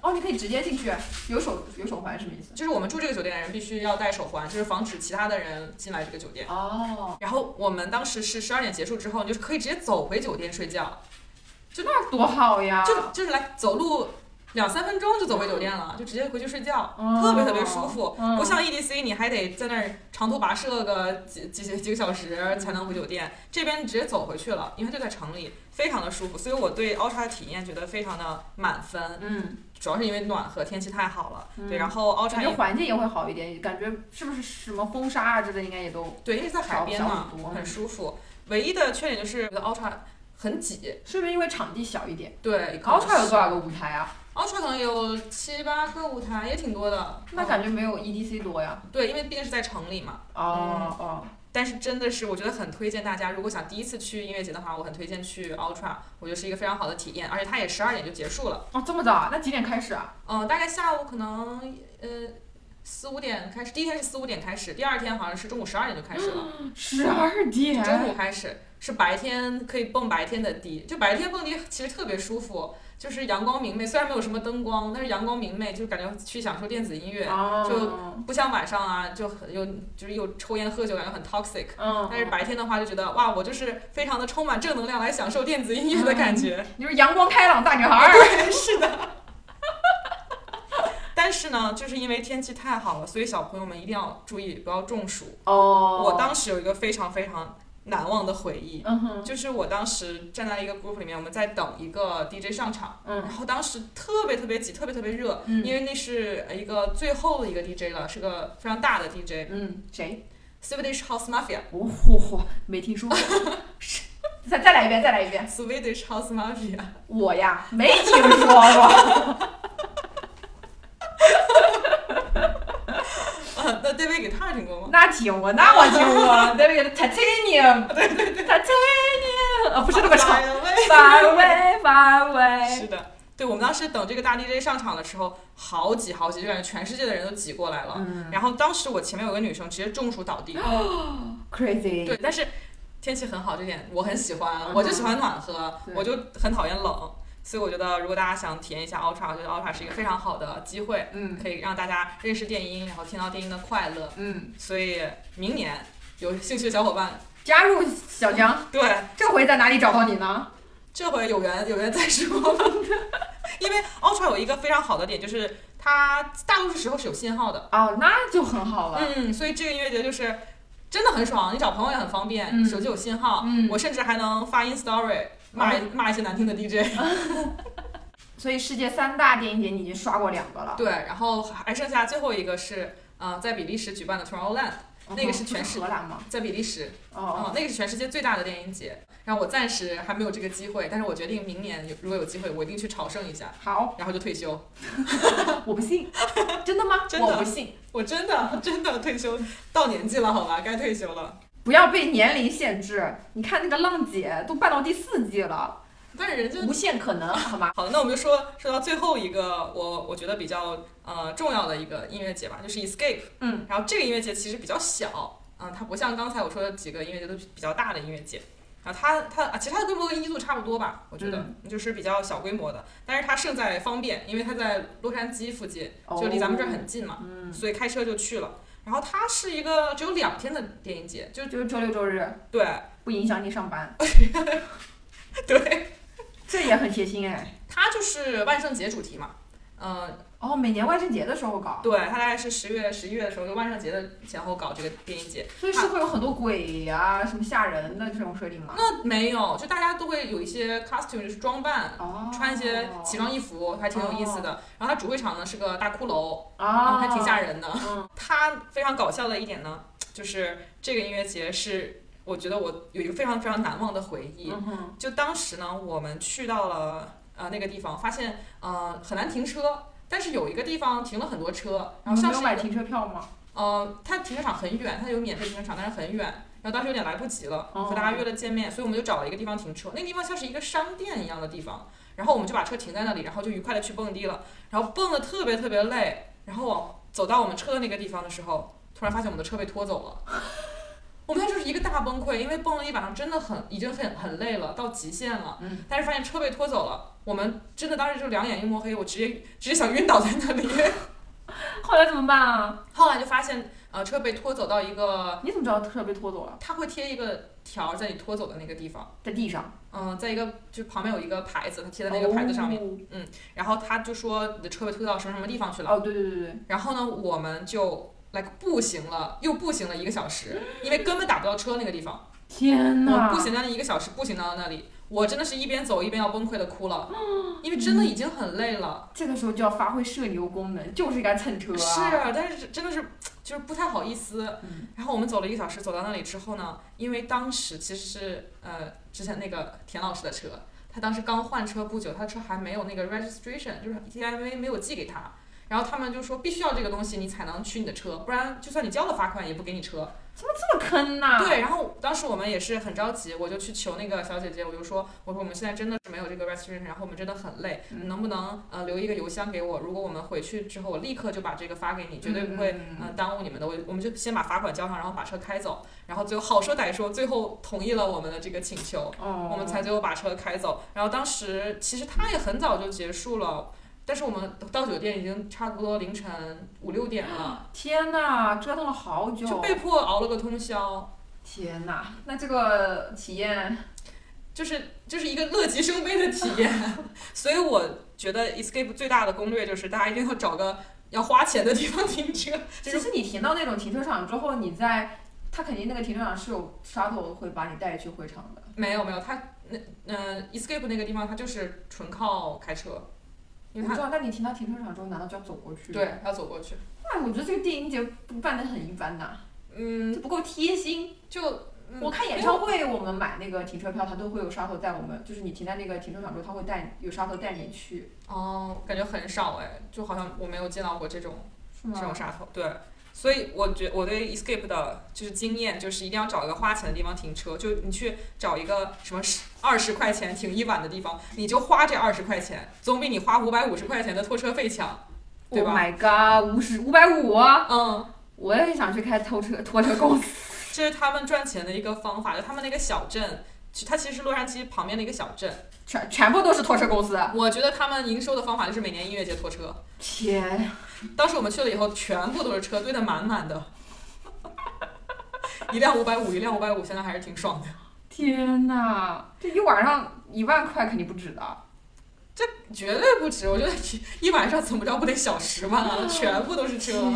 [SPEAKER 3] 哦，你可以直接进去，有手有手环什么意思？
[SPEAKER 1] 就是我们住这个酒店的人必须要戴手环，就是防止其他的人进来这个酒店。
[SPEAKER 3] 哦，
[SPEAKER 1] 然后我们当时是十二点结束之后，你就是可以直接走回酒店睡觉，
[SPEAKER 3] 那多好呀！
[SPEAKER 1] 就就是来走路两三分钟就走回酒店了，就直接回去睡觉，
[SPEAKER 3] 哦
[SPEAKER 1] 特别特别舒服。
[SPEAKER 3] 嗯
[SPEAKER 1] 不像 EDC，你还得在那儿长途跋涉个几几几个小时才能回酒店，这边你直接走回去了，因为它就在城里，非常的舒服。所以我对 Ultra 的体验觉得非常的满分，
[SPEAKER 3] 嗯，
[SPEAKER 1] 主要是因为暖和，天气太好了。对，
[SPEAKER 3] 嗯
[SPEAKER 1] 然后 Ultra
[SPEAKER 3] 感觉
[SPEAKER 1] 也
[SPEAKER 3] 环境也会好一点，感觉是不是什么风沙啊之类的，应该也都
[SPEAKER 1] 对，因为在海边嘛
[SPEAKER 3] 少少很，多嗯
[SPEAKER 1] 很舒服。唯一的缺点就是觉得 Ultra 很挤。
[SPEAKER 3] 是不是因为场地小一点
[SPEAKER 1] 对
[SPEAKER 3] ？Ultra 有多少个舞台啊？
[SPEAKER 1] ？Ultra 可能有七八个舞台，也挺多的。嗯
[SPEAKER 3] 那感觉没有 EDC 多呀。
[SPEAKER 1] 对，因为毕竟是在城里嘛。
[SPEAKER 3] 哦哦，
[SPEAKER 1] 但是真的是，我觉得很推荐大家，如果想第一次去音乐节的话，我很推荐去 Ultra，我觉得是一个非常好的体验，而且它也十二点就结束了。
[SPEAKER 3] 哦，这么早啊？那几点开始啊？
[SPEAKER 1] 嗯、大概下午可能呃四五点开始，第一天是四五点开始，第二天好像是中午十二点就开始 了，
[SPEAKER 3] 十二点
[SPEAKER 1] 中午开始是白天可以蹦白天的迪，就白天蹦迪其实特别舒服，就是阳光明媚，虽然没有什么灯光，但是阳光明媚，就感觉去享受电子音乐，
[SPEAKER 3] 哦，
[SPEAKER 1] 不像晚上啊就很又就是又抽烟喝酒，感觉很 toxic。
[SPEAKER 3] 嗯，
[SPEAKER 1] 但是白天的话就觉得哇，我就是非常的充满正能量来享受电子音乐的感觉。
[SPEAKER 3] 你就是阳光开朗大女孩儿。
[SPEAKER 1] 但是呢，就是因为天气太好了，所以小朋友们一定要注意不要中暑。
[SPEAKER 3] 哦
[SPEAKER 1] 我当时有一个非常非常难忘的回忆，
[SPEAKER 3] 嗯哼
[SPEAKER 1] 就是我当时站在一个 group 里面，我们在等一个 DJ 上场，
[SPEAKER 3] 嗯
[SPEAKER 1] 然后当时特别特别挤，特别特别热，
[SPEAKER 3] 嗯
[SPEAKER 1] 因为那是一个最后的一个 DJ 了，是个非常大的 DJ。
[SPEAKER 3] 嗯，谁？
[SPEAKER 1] Swedish House Mafia，
[SPEAKER 3] 哦嚯嚯，没听说过。是 再再来一遍，再来一遍。
[SPEAKER 1] Swedish House Mafia，
[SPEAKER 3] 我呀，没听说 过。
[SPEAKER 1] 呃，那 David 给他听过吗？
[SPEAKER 3] 那听过，那我听 过。对对对，Titanium，对对对，Titanium，呃，不是这么唱。哎
[SPEAKER 1] Fly away
[SPEAKER 3] Far away, far away。
[SPEAKER 1] 哎是的，对我们当时等这个大 DJ 上场的时候，好挤好挤，就感觉全世界的人都挤过来了。
[SPEAKER 3] 嗯
[SPEAKER 1] 然后当时我前面有个女生直接中暑 倒地，
[SPEAKER 3] ，Crazy。
[SPEAKER 1] 对，但是天气很好，这点我很喜欢，我就喜欢暖和，
[SPEAKER 3] 嗯对
[SPEAKER 1] 我就很讨厌冷。所以我觉得，如果大家想体验一下 Ultra，我觉得 Ultra 是一个非常好的机会，
[SPEAKER 3] 嗯
[SPEAKER 1] 可以让大家认识电音，然后听到电音的快乐。
[SPEAKER 3] 嗯，
[SPEAKER 1] 所以明年有兴趣的小伙伴，
[SPEAKER 3] 加入小江，
[SPEAKER 1] 对，
[SPEAKER 3] 这回在哪里找到你呢？
[SPEAKER 1] 这回有缘有缘再说吧。 因为 Ultra 有一个非常好的点，就是它大多数时候是有信号的。
[SPEAKER 3] 哦，那就很好了。
[SPEAKER 1] 嗯，所以这个音乐节就是真的很爽，你找朋友也很方便，
[SPEAKER 3] 嗯
[SPEAKER 1] 手机有信号。
[SPEAKER 3] 嗯
[SPEAKER 1] 我甚至还能发 in story 骂、骂一些难听的 DJ。
[SPEAKER 3] 所以世界三大电影节你已经刷过两个了，
[SPEAKER 1] 对，然后还剩下最后一个是呃，在比利时举办的 Tomorrowland，那个是全世
[SPEAKER 3] 是哦荷兰吗？
[SPEAKER 1] 在比利时，
[SPEAKER 3] 哦
[SPEAKER 1] 嗯，那个是全世界最大的电音节。然后我暂时还没有这个机会，但是我决定明年有如果有机会，我一定去朝圣一下，
[SPEAKER 3] 好，
[SPEAKER 1] 然后就退休。
[SPEAKER 3] 我 不信，真的吗？
[SPEAKER 1] 真的
[SPEAKER 3] 我不信，
[SPEAKER 1] 我真的真的退休到年纪了，好吧，该退休了。
[SPEAKER 3] 不要被年龄限制。你看那个浪姐都办到第四季了，
[SPEAKER 1] 但是人家
[SPEAKER 3] 无限可能，好吗？
[SPEAKER 1] 好的，那我们就说说到最后一个，我我觉得比较呃重要的一个音乐节吧，就是 Escape。
[SPEAKER 3] 嗯，
[SPEAKER 1] 然后这个音乐节其实比较小，嗯、它不像刚才我说的几个音乐节都比较大的音乐节。然后它它啊，其实它的规模跟一组差不多吧，我觉得、就是比较小规模的，但是它胜在方便，因为它在洛杉矶附近， 就离咱们这儿很近嘛，
[SPEAKER 3] 哦嗯，
[SPEAKER 1] 所以开车就去了。然后它是一个只有两天的电影节，就
[SPEAKER 3] 哦就是周六周日
[SPEAKER 1] 对
[SPEAKER 3] 不影响你上班，
[SPEAKER 1] 对，
[SPEAKER 3] 这也很贴心哎。
[SPEAKER 1] 它就是万圣节主题嘛，嗯、
[SPEAKER 3] 哦，每年万圣节的时候搞，
[SPEAKER 1] 对，它大概是十月、十一月的时候，就万圣节的前后搞这个电影节。
[SPEAKER 3] 所以是会有很多鬼呀、什么吓人的这种设定 吗？
[SPEAKER 1] 那没有，就大家都会有一些 costume，就是装扮，
[SPEAKER 3] 哦，
[SPEAKER 1] 穿一些奇装异服，还挺有意思的。然后它主会场呢是个大骷髅，
[SPEAKER 3] 啊，
[SPEAKER 1] 还挺吓人的。
[SPEAKER 3] 嗯
[SPEAKER 1] 它非常搞笑的一点呢，就是这个音乐节是我觉得我有一个非常非常难忘的回忆。
[SPEAKER 3] 嗯哼，
[SPEAKER 1] 就当时呢，我们去到了呃那个地方，发现呃很难停车，但是有一个地方停了很多车，然
[SPEAKER 3] 你
[SPEAKER 1] 后
[SPEAKER 3] 们
[SPEAKER 1] 像是
[SPEAKER 3] 没有
[SPEAKER 1] 一
[SPEAKER 3] 买
[SPEAKER 1] 个
[SPEAKER 3] 停车票吗？
[SPEAKER 1] 呃，它停车场很远，它有免费停车场，但是很远。然后当时有点来不及了，
[SPEAKER 3] 哦
[SPEAKER 1] 和大家约了见面，所以我们就找了一个地方停车。那个地方像是一个商店一样的地方，然后我们就把车停在那里，然后就愉快的去蹦迪了。然后蹦的特别特别累，然后往走到我们车的那个地方的时候，突然发现我们的车被拖走了。我们当时是一个大崩溃，因为蹦了一晚上，真的很已经很很累了，到极限了。
[SPEAKER 3] 嗯。
[SPEAKER 1] 但是发现车被拖走了，我们真的当时就两眼一抹黑，我直接直接想晕倒在那里。
[SPEAKER 3] 后来怎么办啊？
[SPEAKER 1] 后来就发现，呃，车被拖走到一个
[SPEAKER 3] 你怎么知道车被拖走了？
[SPEAKER 1] 他会贴一个条儿在你拖走的那个地方，
[SPEAKER 3] 在地上，
[SPEAKER 1] 嗯，在一个就旁边有一个牌子，他贴在那个牌子上面，
[SPEAKER 3] 面。
[SPEAKER 1] 然后他就说你的车被推到什么什么地方去了，
[SPEAKER 3] 哦，对对对对，
[SPEAKER 1] 然后呢，我们就 like 步行了，又步行了一个小时，因为根本打不到车那个地方，
[SPEAKER 3] 天
[SPEAKER 1] 我
[SPEAKER 3] 呐，
[SPEAKER 1] 们步行将近一个小时，步行到那里，我真的是一边走一边要崩溃的哭了，因为真的已经很累了，
[SPEAKER 3] 这个时候就要发挥社牛功能，就是该蹭车、啊。
[SPEAKER 1] 是，但是真的是就是不太好意思。
[SPEAKER 3] 嗯
[SPEAKER 1] 然后我们走了一个小时，走到那里之后呢，因为当时其实是呃之前那个田老师的车，他当时刚换车不久，他车还没有那个 registration，就是 DMV 没有寄给他。然后他们就说必须要这个东西你才能取你的车，不然就算你交了罚款也不给你车。
[SPEAKER 3] 这么坑呐、
[SPEAKER 1] 对，然后当时我们也是很着急，我就去求那个小姐姐，我就说，我说我们现在真的是没有这个 registration，然后我们真的很累，
[SPEAKER 3] 嗯
[SPEAKER 1] 能不能呃留一个邮箱给我？如果我们回去之后，我立刻就把这个发给你，绝对不会、
[SPEAKER 3] 嗯嗯嗯
[SPEAKER 1] 呃耽误你们的。我我们就先把罚款交上，然后把车开走。然后最后好说歹说，最后同意了我们的这个请求，
[SPEAKER 3] 哦，
[SPEAKER 1] 我们才最后把车开走。然后当时其实他也很早就结束了。但是我们到酒店已经差不多凌晨五六点
[SPEAKER 3] 啊
[SPEAKER 1] 了，
[SPEAKER 3] 天呐，折腾了好久，
[SPEAKER 1] 就被迫熬了个通宵。
[SPEAKER 3] 天呐，那这个体验，
[SPEAKER 1] 就是就是一个乐极生悲的体验， 所以我觉得 escape 最大的攻略就是大家一定要找个要花钱的地方停车，就
[SPEAKER 3] 其
[SPEAKER 1] 是
[SPEAKER 3] 实你停到那种停车场之后，你在他肯定那个停车场是有 shuttle 会把你带去会场的。
[SPEAKER 1] 没有没有，它那嗯、escape 那个地方它就是纯靠开车，因为
[SPEAKER 3] 我知
[SPEAKER 1] 它
[SPEAKER 3] 道，但你停到停车场之后，难嗯道就要走过去？
[SPEAKER 1] 对，它走过去，
[SPEAKER 3] 那我觉得这个电影节不办的很一般呐，
[SPEAKER 1] 嗯
[SPEAKER 3] 就不够贴心。
[SPEAKER 1] 就嗯
[SPEAKER 3] 我看演唱会，我们买那个停车票，它都会有 shuttle 带我们，就是你停在那个停车场之后，它会带有 shuttle 带你去，
[SPEAKER 1] 哦感觉很少哎，就好像我没有见到过这种
[SPEAKER 3] 是吗
[SPEAKER 1] 这？种杀头，对。所以我觉我对 escape 的就是经验，就是一定要找一个花钱的地方停车。就你去找一个什么二十块钱停一晚的地方，你就花这二十块钱，总比你花五百五十块钱的拖车费强，对
[SPEAKER 3] Oh
[SPEAKER 1] 吧？
[SPEAKER 3] my god，五十五百五，
[SPEAKER 1] 嗯，
[SPEAKER 3] 我也想去开拖车拖车公司。
[SPEAKER 1] 这是他们赚钱的一个方法。就他们那个小镇，其它其实是洛杉矶旁边的一个小镇。
[SPEAKER 3] 全全部都是拖车公司。
[SPEAKER 1] 我觉得他们营收的方法就是每年音乐节拖车。
[SPEAKER 3] 天，
[SPEAKER 1] 当时我们去了以后，全部都是车堆得满满的， 一辆五百五，一辆五百五，现在还是挺爽的。
[SPEAKER 3] 天呐，这一晚上一万块肯定不止的。
[SPEAKER 1] 绝对不止，我觉得一一晚上怎么着不得小十万 啊，全部都是车。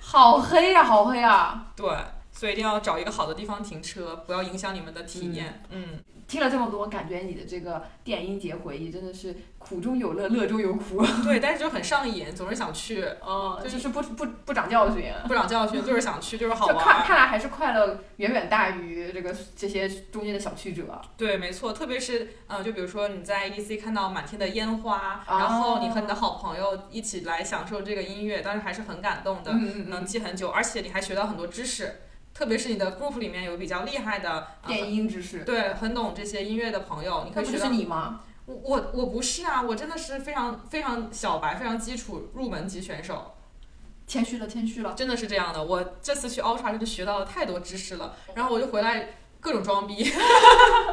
[SPEAKER 3] 好黑呀、好黑呀、
[SPEAKER 1] 对，所以一定要找一个好的地方停车，不要影响你们的体验。嗯，
[SPEAKER 3] 听了这么多，感觉你的这个电音节回忆真的是苦中有乐，乐中有苦。
[SPEAKER 1] 嗯对，但是就很上瘾，总是想去，
[SPEAKER 3] 嗯
[SPEAKER 1] 对
[SPEAKER 3] 就是不不不长教训。
[SPEAKER 1] 不长教训，就是想去，就是好啊
[SPEAKER 3] 就看
[SPEAKER 1] 玩。
[SPEAKER 3] 看来还是快乐远远大于这个这些中间的小曲折。
[SPEAKER 1] 对，没错，特别是呃，就比如说你在 EDC 看到满天的烟花，
[SPEAKER 3] 哦
[SPEAKER 1] 然后你和你的好朋友一起来享受这个音乐，当时还是很感动的。
[SPEAKER 3] 嗯
[SPEAKER 1] 能记很久，而且你还学到很多知识，特别是你的 group 里面有比较厉害的，呃
[SPEAKER 3] 电音知识，
[SPEAKER 1] 对，很懂这些音乐的朋友，你可
[SPEAKER 3] 那
[SPEAKER 1] 以
[SPEAKER 3] 不
[SPEAKER 1] 学
[SPEAKER 3] 就
[SPEAKER 1] 到
[SPEAKER 3] 是你吗？
[SPEAKER 1] 我我我不是啊，我真的是非常非常小白，非常基础入门级选手，
[SPEAKER 3] 谦虚了，谦虚了。
[SPEAKER 1] 真的是这样的。我这次去 Ultra 真的学到了太多知识了，然后我就回来各种装逼，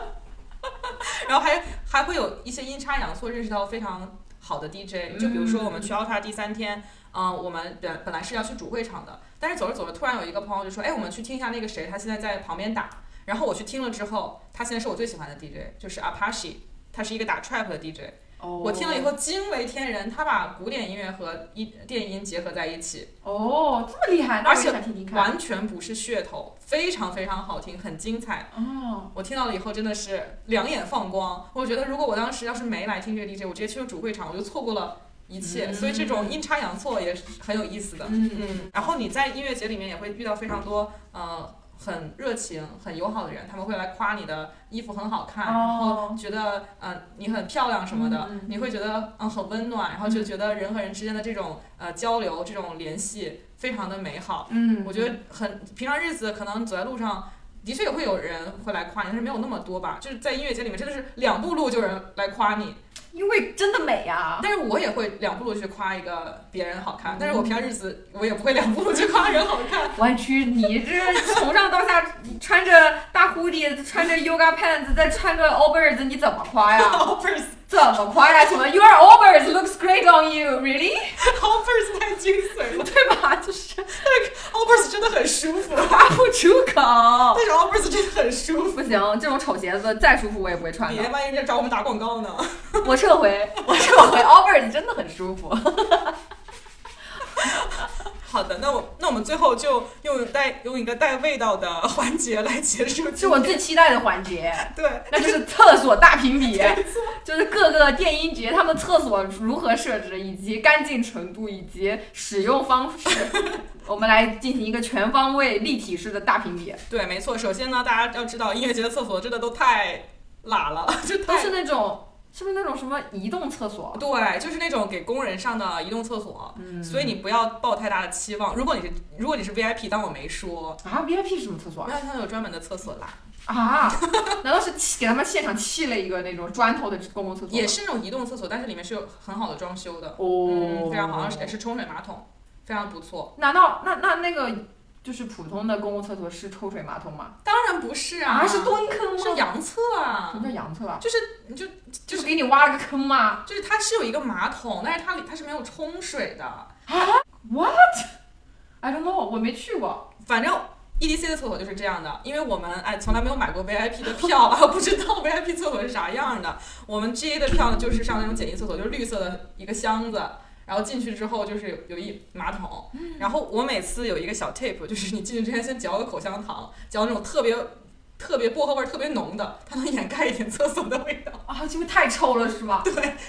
[SPEAKER 1] 然后还还会有一些阴差阳错认识到非常好的 DJ，就比如说我们去 Ultra 第三天，嗯、我们本本来是要去主会场的，但是走着走着，突然有一个朋友就说，哎，我们去听一下那个谁，他现在在旁边打。然后我去听了之后，他现在是我最喜欢的 DJ，就是 Apache，他是一个打 trap 的 DJ。
[SPEAKER 3] 哦
[SPEAKER 1] 我听了以，后惊为天人，他把古典音乐和一电音结合在一起，
[SPEAKER 3] 哦，这么厉害，那我
[SPEAKER 1] 而且
[SPEAKER 3] 也想听听看。
[SPEAKER 1] 完全不是噱头，非常非常好听，很精彩。
[SPEAKER 3] 哦，
[SPEAKER 1] 我听到了以后真的是两眼放光。我觉得如果我当时要是没来听这个 DJ，我直接去了主会场，我就错过了一切。
[SPEAKER 3] 嗯
[SPEAKER 1] 所以这种阴差阳错也是很有意思的。
[SPEAKER 3] 嗯
[SPEAKER 1] 嗯，然后你在音乐节里面也会遇到非常多呃很热情、很友好的人，他们会来夸你的衣服很好看，然后
[SPEAKER 3] 哦
[SPEAKER 1] 觉得呃你很漂亮什么的，
[SPEAKER 3] 嗯嗯
[SPEAKER 1] 你会觉得嗯很温暖，然后就
[SPEAKER 3] 嗯
[SPEAKER 1] 觉得人和人之间的这种呃交流、这种联系非常的美好。
[SPEAKER 3] 嗯，
[SPEAKER 1] 我觉得很平常日子，可能走在路上。的确也会有人会来夸你，但是没有那么多吧。就是在音乐节里面，真的是两步路就有人来夸你，
[SPEAKER 3] 因为真的美啊呀、
[SPEAKER 1] 但是我也会两步路去夸一个别人好看，但是我平
[SPEAKER 3] 嗯
[SPEAKER 1] 常日子我也不会两步路去夸人好看。
[SPEAKER 3] 弯曲，你这从上到下穿着大 hoodie，穿着 yoga pants，再穿个 overs，你怎么夸哎 呀？
[SPEAKER 1] Hoppers，Hoppers
[SPEAKER 3] 怎么夸呀？请问 your overs looks great on you, really？
[SPEAKER 1] 太精髓了
[SPEAKER 3] 对吧？就是
[SPEAKER 1] ，Hoppers 真的很舒服，啊
[SPEAKER 3] 夸不出口。
[SPEAKER 1] 但是 Hoppers 真的很舒服。啊
[SPEAKER 3] 不行，这种丑鞋子再舒服我也不会穿
[SPEAKER 1] 别
[SPEAKER 3] 的。
[SPEAKER 1] 万一人家找我们打广告呢？
[SPEAKER 3] 我撤回，我撤回。Overs 真的很舒服。
[SPEAKER 1] 好的，那我那我们最后就用带用一个带味道的环节来结束今天。
[SPEAKER 3] 是我最期待的环 节，
[SPEAKER 1] 对，
[SPEAKER 3] 那就是厕所大评比，就是各个电音节他们厕所如何设置，以及干净程度，以及使用方 式，我们来进行一个全方位立体式的大评 比，
[SPEAKER 1] 对，没错。首先呢，大家要知道，音乐节的厕所真的都太拉了，就
[SPEAKER 3] 都
[SPEAKER 1] 太
[SPEAKER 3] 是那种是不是那种什么移动厕 所？
[SPEAKER 1] 对，就是那种给工人上的移动厕所。
[SPEAKER 3] 嗯
[SPEAKER 1] 所以你不要抱太大的期望。如果你是如果你是 VIP，当我没说，
[SPEAKER 3] 啊，VIP 是什么厕所啊？
[SPEAKER 1] 那它有专门的厕所啦，
[SPEAKER 3] 啊？ 难道是砌给他们现场砌了一个那种砖头的公共厕所吗？
[SPEAKER 1] 也是那种移动厕所，但是里面是有很好的装修的，
[SPEAKER 3] 哦、
[SPEAKER 1] 嗯，非常好，像是冲水马桶，非常不错。
[SPEAKER 3] 难道那那那个就是普通的公共厕所是抽水马桶吗？
[SPEAKER 1] 当然不是啊，
[SPEAKER 3] 是蹲坑吗？
[SPEAKER 1] 是阳厕
[SPEAKER 3] 什
[SPEAKER 1] 啊
[SPEAKER 3] 么，叫洋厕啊？
[SPEAKER 1] 就是就
[SPEAKER 3] 就是给你挖了个坑吗
[SPEAKER 1] 就是它是有一个马桶，但是它里它是没有冲水的。
[SPEAKER 3] ？I don't know，我没去过。
[SPEAKER 1] 反正 EDC 的厕所就是这样的，因为我们哎从来没有买过 VIP 的票，啊， 不知道 VIP 厕所是啥样的。我们 GA 的票呢，就是上那种简易厕所，就是绿色的一个箱子。然后进去之后就是有有一马桶，然后我每次有一个小 tip，就是你进去之前先嚼个口香糖，嚼那种特别特别薄荷味儿特别浓的，它能掩盖一点厕所的味道。
[SPEAKER 3] 啊，这个太臭了是吧？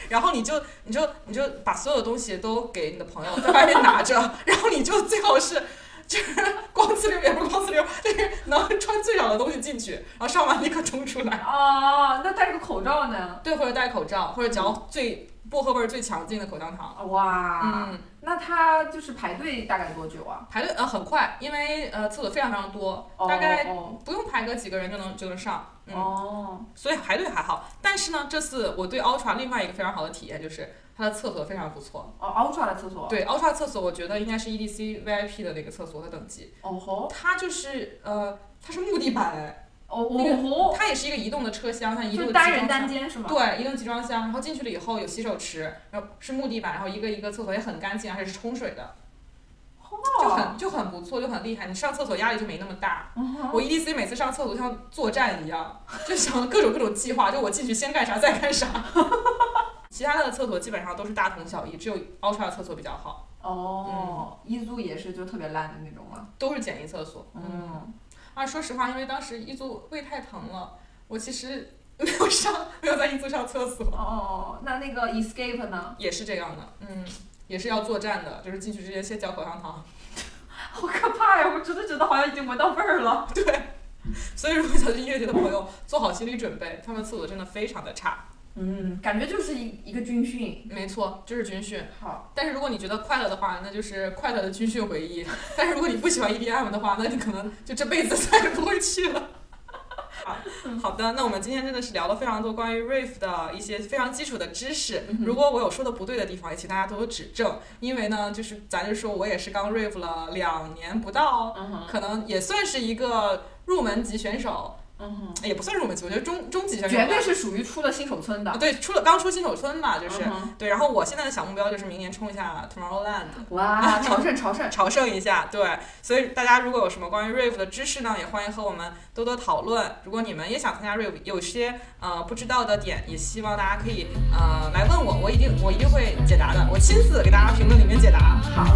[SPEAKER 1] 然后你就你就你就把所有的东西都给你的朋友在外面拿着， 然后你就最好是就是光自溜也不是光自溜，就是能穿最少的东西进去，然后上完立刻冲出来。
[SPEAKER 3] 啊，那戴着口罩呢？
[SPEAKER 1] 对，或者戴口罩，或者嚼最薄荷味儿最强劲的口香糖。
[SPEAKER 3] 哇，
[SPEAKER 1] 嗯，
[SPEAKER 3] 那他就是排队大概多久啊？
[SPEAKER 1] 排队呃很快，因为呃厕所非常非常多，
[SPEAKER 3] 哦
[SPEAKER 1] 大概
[SPEAKER 3] 哦
[SPEAKER 1] 不用排个几个人就能就能上。嗯，
[SPEAKER 3] 哦，
[SPEAKER 1] 所以排队还好。但是呢，这次我对 Ultra 另外一个非常好的体验就是它的厕所非常不错。
[SPEAKER 3] 哦，Ultra 的厕所。
[SPEAKER 1] 对，Ultra 厕所我觉得应该是 E EDC VIP 的那个厕所的等级，
[SPEAKER 3] 哦吼，
[SPEAKER 1] 它就是呃，它是木地板哎，
[SPEAKER 3] 哦
[SPEAKER 1] 那
[SPEAKER 3] 哦吼，
[SPEAKER 1] 它也是一个移动的车厢，它移
[SPEAKER 3] 就
[SPEAKER 1] 动的
[SPEAKER 3] 是单
[SPEAKER 1] 集装
[SPEAKER 3] 人单
[SPEAKER 1] 箱
[SPEAKER 3] 间是吗？
[SPEAKER 1] 对，移动集装箱，然后进去了以后有洗手池，然后是木地板，然后一个一个厕所也很干净，而且是冲水的，就
[SPEAKER 3] 哦，
[SPEAKER 1] 很就很不错，就很厉害。你上厕所压力就没那么大。
[SPEAKER 3] 嗯哼
[SPEAKER 1] 我 EDC 每次上厕所像作战一样，就想各种各种计划，就我进去先干啥再干啥。 其他的厕所基本上都是大同小异，只有 Ultra 厕所比较好，
[SPEAKER 3] 哦，
[SPEAKER 1] 嗯
[SPEAKER 3] 一租也是就特别烂的那种嘛。
[SPEAKER 1] 都是简易厕所。
[SPEAKER 3] 嗯，
[SPEAKER 1] 啊，说实话，因为当时一租胃太疼了，我其实没有上，没有在一租上厕所，
[SPEAKER 3] 哦，那那个 Escape 呢？
[SPEAKER 1] 也是这样的，嗯，也是要作战的，就是进去之前先嚼口香糖。
[SPEAKER 3] 好可怕呀！我真的觉得好像已经闻到味儿了。
[SPEAKER 1] 所以，如果想去音乐节的朋友，做好心理准备，他们厕所真的非常的差。
[SPEAKER 3] 嗯，感觉就是一一个军训。
[SPEAKER 1] 没错，这是军训。
[SPEAKER 3] 好，
[SPEAKER 1] 但是如果你觉得快乐的话，那就是快乐的军训回忆； 但是如果你不喜欢 EDM 的话，那你可能就这辈子再也不会去了。好 好的，那我们今天真的是聊了非常多关于 Rave 的一些非常基础的知识。如果我有说的不对的地方，也请大家多多指正。因为呢，就是咱就说我也是刚 Rave 了两年不到，
[SPEAKER 3] 嗯哼，
[SPEAKER 1] 可能也算是一个入门级选手，
[SPEAKER 3] 嗯哼，
[SPEAKER 1] 也不算入门级，我觉得中中级选手吧。
[SPEAKER 3] 绝对是属于出了新手村
[SPEAKER 1] 啊
[SPEAKER 3] 的。
[SPEAKER 1] 对，出了刚出新手村嘛，就是、
[SPEAKER 3] 嗯哼
[SPEAKER 1] 对。然后我现在的小目标就是明年冲一下 Tomorrowland。
[SPEAKER 3] 哇，朝圣朝圣。
[SPEAKER 1] 朝圣一下，对，所以大家如果有什么关于 rave 的知识呢，也欢迎和我们多多讨论。如果你们也想参加 rave，有些呃不知道的点，也希望大家可以呃来问我，我一定我一定会解答的，我亲自给大家评论里面解答。
[SPEAKER 3] 好，